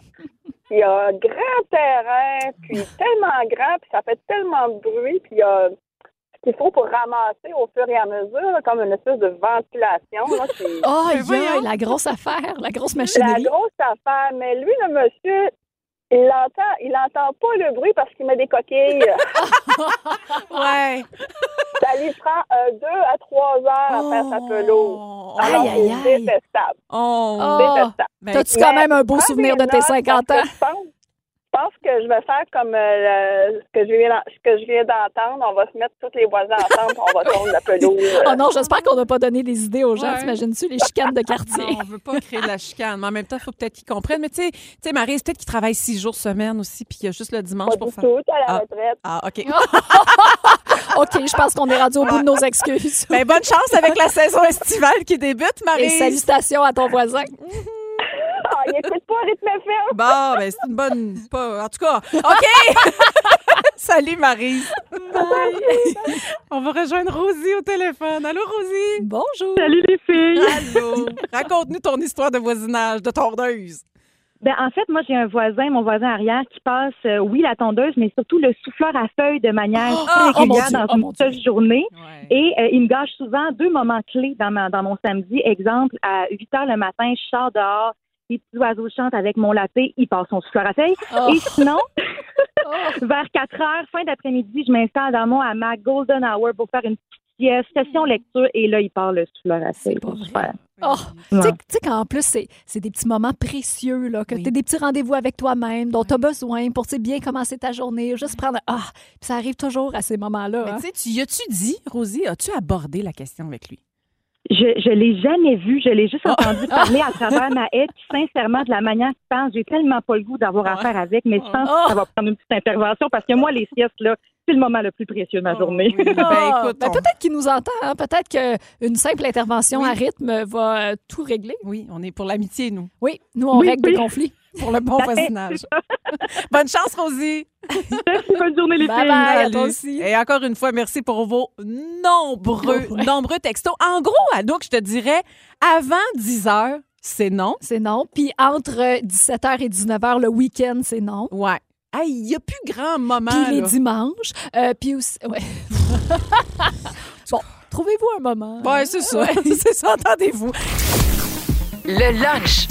Il a un grand terrain, puis tellement grand, puis ça fait tellement de bruit, puis il y a ce qu'il faut pour ramasser au fur et à mesure, là, comme une espèce de ventilation. Là, c'est-
Oh, la grosse affaire, la grosse
la
machinerie.
grosse affaire, mais lui, le monsieur, il l'entend, il entend pas le bruit parce qu'il met des coquilles.
ouais.
Ça lui prend euh, deux à trois heures à faire
Oh.
sa
Oh.
pelouse. Alors,
Aïe, aïe,
c'est détestable.
Oh.
Détestable.
Ben,
T'as-tu quand même un beau
prends
souvenir
des
de tes
notes
50
parce
ans?
que Je pense, je pense que je vais faire comme euh, le- ce que je viens, ce que je viens d'entendre. On va se mettre tous les voisins ensemble, on va tourner la pelouse. euh,
Oh non, j'espère qu'on n'a pas donné des idées aux gens.
Ouais.
T'imagines-tu les chicanes de quartier?
Non, on veut pas créer de la chicane, mais en même temps, il faut peut-être qu'ils comprennent. Mais tu sais, tu sais, Marie, c'est peut-être qu'ils travaillent six jours semaine aussi, puis il y a juste le dimanche
Pas
pour
du
faire.
tout, à la
ah.
retraite.
Ah, OK.
Oh. OK, je pense qu'on est rendu au bout de nos excuses.
Ben, bonne chance avec la saison estivale qui débute, Marie.
Et salutations à ton voisin.
Ah, il écoute pas rythme FM.
Bon, ben, c'est une bonne. Pas... En tout cas, OK! Salut, Marie. On va rejoindre Rosie au téléphone. Allô, Rosie?
Bonjour.
Salut les filles.
Allô. Raconte-nous ton histoire de voisinage, de tondeuse.
Ben, en fait, moi, j'ai un voisin, mon voisin arrière, qui passe, euh, oui, la tondeuse, mais surtout le souffleur à feuilles de manière
Oh,
Ah,
très
oh, mon
régulière
Dieu,
dans
oh, mon
une seule journée. Et euh, il me gâche souvent deux moments clés dans, ma- dans mon samedi. Exemple, à 8 heures le matin, je sors dehors, les petits oiseaux chantent avec mon laté, il passe son souffleur à feuilles.
Oh.
Et sinon, Vers 4 heures, fin d'après-midi, je m'installe dans mon hamac Golden Hour pour faire une petite sieste, session lecture, et là, il parle sous leur assiette.
Oh, tu sais qu'en plus, c'est c'est des petits moments précieux, là, que tu as des petits rendez-vous avec toi-même, dont tu as besoin pour tu sais, bien commencer ta journée, juste prendre. Ah, Puis ça arrive toujours à ces moments-là.
Mais
hein.
tu sais, tu y as-tu dit, Rosie, as-tu abordé la question avec lui?
Je, je l'ai jamais vu, je l'ai juste
Oh. Ah.
entendu parler à travers ma haie. Puis sincèrement, de la manière qu'il pense, j'ai tellement pas le goût d'avoir
Ah
affaire avec, mais je pense que ça va prendre une petite intervention parce que moi, les siestes, là, c'est le moment le plus précieux de ma journée.
Oh,
Ah, ben, peut-être qu'il nous entend. hein. Peut-être qu'une simple intervention à rythme va euh, tout régler.
Oui, on est pour l'amitié, nous.
Oui, nous, on
Oui,
règle
oui.
des conflits.
Pour le bon
Ça fait-
voisinage. Bonne chance, Rosie.
Bonne journée,
les
bye
filles.
Bye, à
Salut.
toi aussi. Et encore une fois, merci pour vos nombreux, nombreux textos. En gros, Anouk, je te dirais, avant 10 heures, c'est non.
C'est non. Puis entre 17h et 19h le week-end, c'est non.
Ouais. Hey, il n'y a plus grand moment.
Puis les
là.
dimanches. euh, puis aussi. ouais. bon, trouvez-vous un moment.
Ouais, c'est ça.
Ouais.
c'est ça, entendez-vous. Le lunch.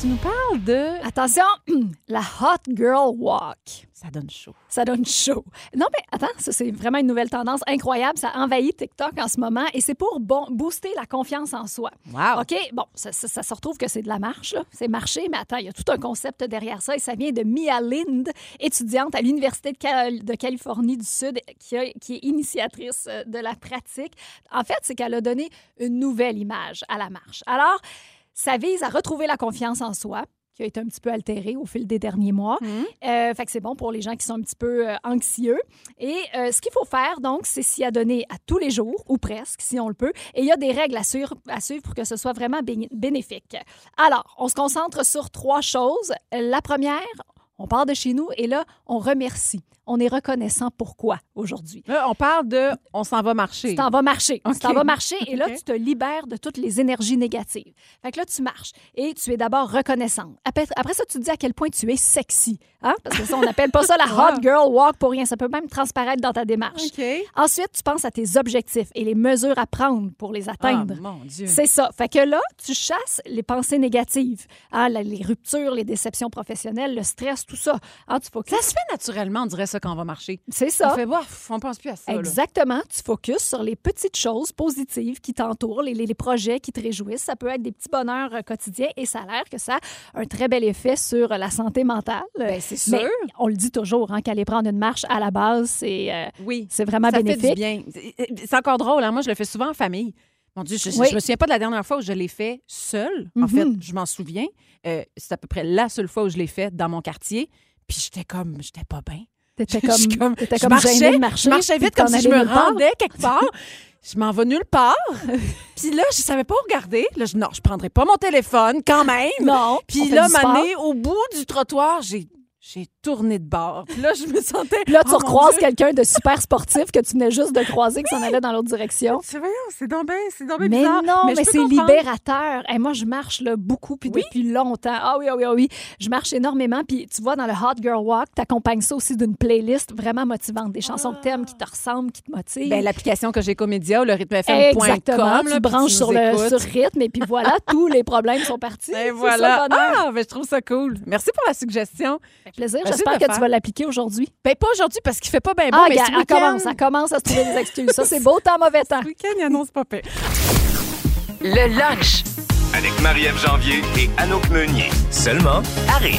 Tu nous parles de. Attention, la Hot Girl Walk.
Ça donne chaud.
Ça donne chaud. Non, mais attends, ça, c'est vraiment une nouvelle tendance incroyable. Ça envahit TikTok en ce moment et c'est pour bon, booster la confiance en soi.
Wow.
OK, bon, ça, ça- ça se retrouve que c'est de la marche, là. c'est marcher, mais attends, il y a tout un concept derrière ça et ça vient de Mia Lind, étudiante à l'Université de, Cal- de Californie du Sud qui, a- qui est initiatrice euh, de la pratique. En fait, c'est qu'elle a donné une nouvelle image à la marche. Alors, ça vise à retrouver la confiance en soi qui a été un petit peu altérée au fil des derniers mois. Euh, fait que c'est bon pour les gens qui sont un petit peu euh, anxieux. Et euh, ce qu'il faut faire, donc, c'est s'y adonner à tous les jours, ou presque, si on le peut. Et il y a des règles à, suivre- à suivre pour que ce soit vraiment béni- bénéfique. Alors, on se concentre sur trois choses. La première, on part de chez nous et là, on remercie. On est reconnaissant pourquoi aujourd'hui.
Là, on parle de on s'en va marcher.
Tu t'en vas marcher.
OK.
Tu t'en vas marcher et là,
OK.
tu te libères de toutes les énergies négatives. Fait que là, tu marches et tu es d'abord reconnaissante. Après, après ça, tu te dis à quel point tu es sexy. Hein? Parce que ça, on n'appelle pas ça la hot girl walk pour rien. Ça peut même transparaître dans ta démarche. Ensuite, tu penses à tes objectifs et les mesures à prendre pour les atteindre.
Ah, mon Dieu.
C'est ça. Fait que là, tu chasses les pensées négatives. Hein, la- les ruptures, les déceptions professionnelles, le stress, tout ça. Hein, tu focuses-
Ça se fait naturellement, on dirait ça quand on va marcher.
C'est ça.
On fait, bof, on pense plus à ça. là.
Exactement. Tu focuses sur les petites choses positives qui t'entourent, les, les- les projets qui te réjouissent. Ça peut être des petits bonheurs euh, quotidiens et ça a l'air que ça a un très bel effet sur euh, la santé mentale.
Ben, c'est
Mais
sûr.
on le dit toujours, hein, qu'aller prendre une marche à la base, c'est euh,
Oui.
c'est vraiment
ça
bénéfique.
Fait du bien. C'est- C'est encore drôle. hein. Moi, je le fais souvent en famille. Mon Dieu, je, je-
Oui.
je me souviens pas de la dernière fois où je l'ai fait seule. En
Mhm.
fait, je m'en souviens. Euh, c'est à peu près la seule fois où je l'ai fait dans mon quartier. Puis j'étais comme, j'étais pas bien.
T'étais
Je-
comme-
je,
t'étais
je
comme
marchais,
gênée de marcher,
je marchais
puis
vite
t'en
comme si je
allais
me
nulle part.
rendais quelque part. Je m'en vais nulle part. Puis là, je savais pas où regarder. Là, je, non, je prendrais pas mon téléphone quand même.
Non, on
Puis
fait
là,
du sport.
mané, au bout du trottoir, j'ai j'ai tourné de bord. Puis là, je me sentais.
Puis là,
Oh,
tu
mon
recroises
Dieu.
quelqu'un de super sportif que tu venais juste de croiser qui s'en allait dans l'autre direction.
C'est vrai, c'est donc bien, c'est donc bien
Mais
Ah bizarre.
non, mais,
je peux
c'est
comprendre.
libérateur. Et moi, je marche là, beaucoup, puis depuis longtemps. Ah oui, ah oui, ah oui. Je marche énormément. Puis tu vois, dans le Hot Girl Walk, t'accompagnes ça aussi d'une playlist vraiment motivante. Des chansons que t'aimes, qui te ressemblent, qui te motivent.
Ben, l'application que j'ai comédia, le rythmefm.com.
Exactement. Tu branches sur le sur
rythme.
rythme et puis voilà, tous les problèmes sont partis. C'est
Et
ça,
Ben, voilà.
le bonheur.
ah, ben, je trouve ça cool. Merci pour la suggestion.
plaisir.
Merci
J'espère
de
que
faire.
tu vas l'appliquer aujourd'hui.
Ben, pas aujourd'hui parce qu'il fait pas bien bon,
ah,
Eh ben, mais
regarde,
ce
elle
week-end-
commence, elle commence à se trouver des excuses. Ça, c'est beau temps, mauvais temps.
Ce week-end, il annonce pas pire. Le lunch.
Avec Marie-Ève Janvier et Anouk Meunier. Seulement à rythme.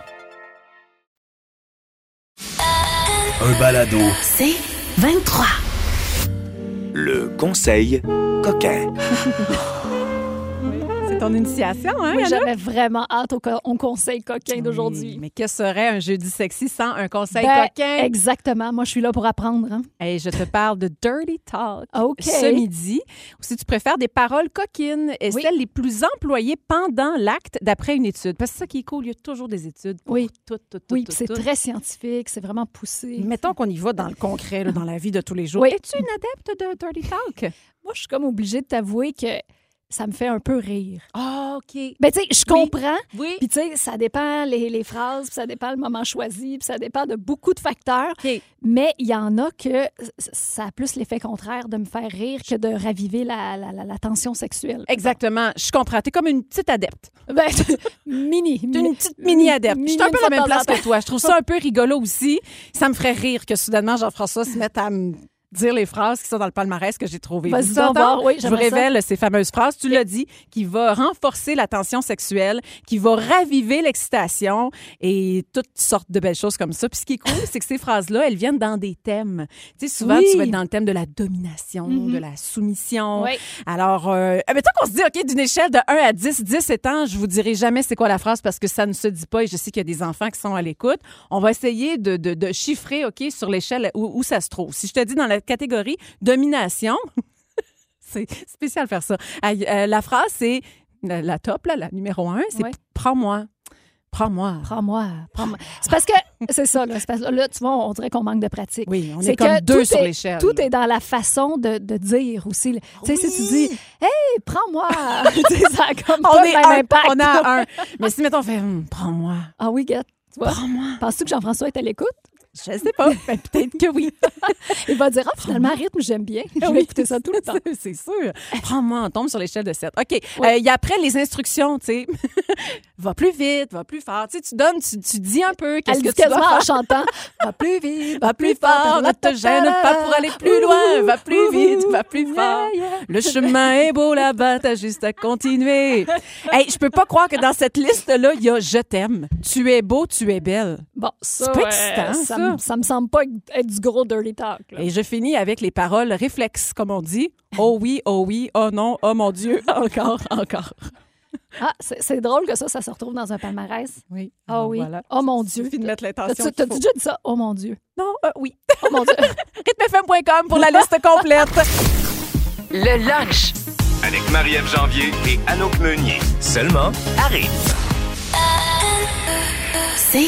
Un balado.
C'est 23.
Le conseil coquin.
C'est ton initiation, hein?
Oui,
Anna?
j'avais vraiment hâte au, co- au conseil coquin d'aujourd'hui.
Mais que serait un jeudi sexy sans un conseil
Ben,
coquin?
Exactement. Moi, je suis là pour apprendre. hein.
Et je te parle de Dirty Talk
OK.
ce midi. Ou si tu préfères, des paroles coquines et celles les plus employées pendant l'acte d'après une étude. Parce que c'est ça qui est cool, il y a toujours des études pour
Oui.
tout, tout, tout,
Oui,
tout,
puis c'est
tout.
très scientifique, c'est vraiment poussé.
Mettons qu'on y va dans le concret, là, dans la vie de tous les jours.
Oui.
Es-tu une adepte de Dirty Talk?
Moi, je suis comme obligée de t'avouer que ça me fait un peu rire.
Ah, OK.
Ben, tu sais, je
Oui.
comprends.
Oui.
Puis, tu sais, ça dépend les, les phrases, puis ça dépend le moment choisi, puis ça dépend de beaucoup de facteurs. Mais il y en a que c- ça a plus l'effet contraire de me faire rire que de raviver la, la- la- la tension sexuelle.
Exactement. Je comprends. T'es comme une petite adepte.
Ben, mini.
T'es une petite mini-adepte. Je suis un peu
Mini de
à la même
temps en
place que
temps.
toi. Je trouve ça un peu rigolo aussi. Ça me ferait rire que soudainement Jean-François se mette à me dire les phrases qui sont dans le palmarès que j'ai trouvé.
Vas-y
Vous
donc
entendez?
voir. Oui,
je vous
j'aimerais ça.
révèle ces fameuses phrases, tu l'as dit, qui va renforcer la tension sexuelle, qui va raviver l'excitation et toutes sortes de belles choses comme ça. Puis ce qui est cool, c'est que ces phrases-là, elles viennent dans des thèmes. Tu sais, souvent,
Oui.
tu vas être dans le thème de la domination,
Mhm.
de la soumission.
Oui.
Alors, euh, mettons qu'on se dit, OK, d'une échelle de 1 à 10, 10 étant, je vous dirai jamais c'est quoi la phrase parce que ça ne se dit pas et je sais qu'il y a des enfants qui sont à l'écoute. On va essayer de, de- de chiffrer, OK, sur l'échelle où, où ça se trouve. Si je te dis dans la catégorie domination, c'est spécial faire ça. Aïe, euh, la phrase, c'est la, la top, là, la numéro 1, c'est prends-moi. Prends-moi.
Prends-moi. Prends-moi. C'est parce que, c'est ça, là, c'est parce que là, tu vois, on dirait qu'on manque de pratique.
Oui, on
C'est
est comme
que
deux
tout
sur
est-
l'échelle,
Tout
là.
est dans la façon de, de dire aussi. Tu sais, si tu dis, hey, prends-moi, Tu sais, ça a comme
On
pas le
est
même
un,
impact.
on a un. Mais si, mettons, on fait, Hum, prends-moi.
Ah oui, Gat, tu vois. Penses-tu que Jean-François est à l'écoute?
Je sais pas. Ben, peut-être que oui.
Il va dire, ah, finalement, rythme, j'aime bien. Je vais écouter ça tout le temps.
C'est- Ah C'est sûr. Prends-moi, on tombe sur l'échelle de 7. OK. Euh, Il y a après les instructions, tu sais. va plus vite, va plus fort. Tu sais, tu donnes, tu, tu dis un peu qu'est-ce
Elle
que
dit
tu dois
quasiment en
faire.
chantant Va plus vite,
Va plus fort, ne te gêne pas pour aller plus loin. Va plus vite, va plus fort. Le chemin est beau là-bas, t'as juste à continuer. Hey, je peux pas croire que dans cette liste-là, il y a je t'aime. Tu es beau, tu es belle.
Bon, ça,
C'est pas
euh,
excitant,
ça,
ça.
me- ça me semble pas être du gros dirty talk. là.
Et je finis avec les paroles réflexes, comme on dit. Oh oui, oh oui, oh non, oh mon Dieu, encore, encore.
Ah, c'est c'est drôle que ça, ça se retrouve dans un palmarès.
Oui.
Ah
Bon,
oui.
voilà.
Oh mon Dieu.
Suffit de mettre l'intention.
T'as-tu
qu'il
t'as-tu
faut.
déjà dit ça? Oh mon Dieu.
Non, euh, oui.
Oh mon Dieu.
rythmefm.com pour la liste complète.
Le lunch.
Avec Marie-Ève Janvier et Anouk Meunier. Seulement à rythme.
C'est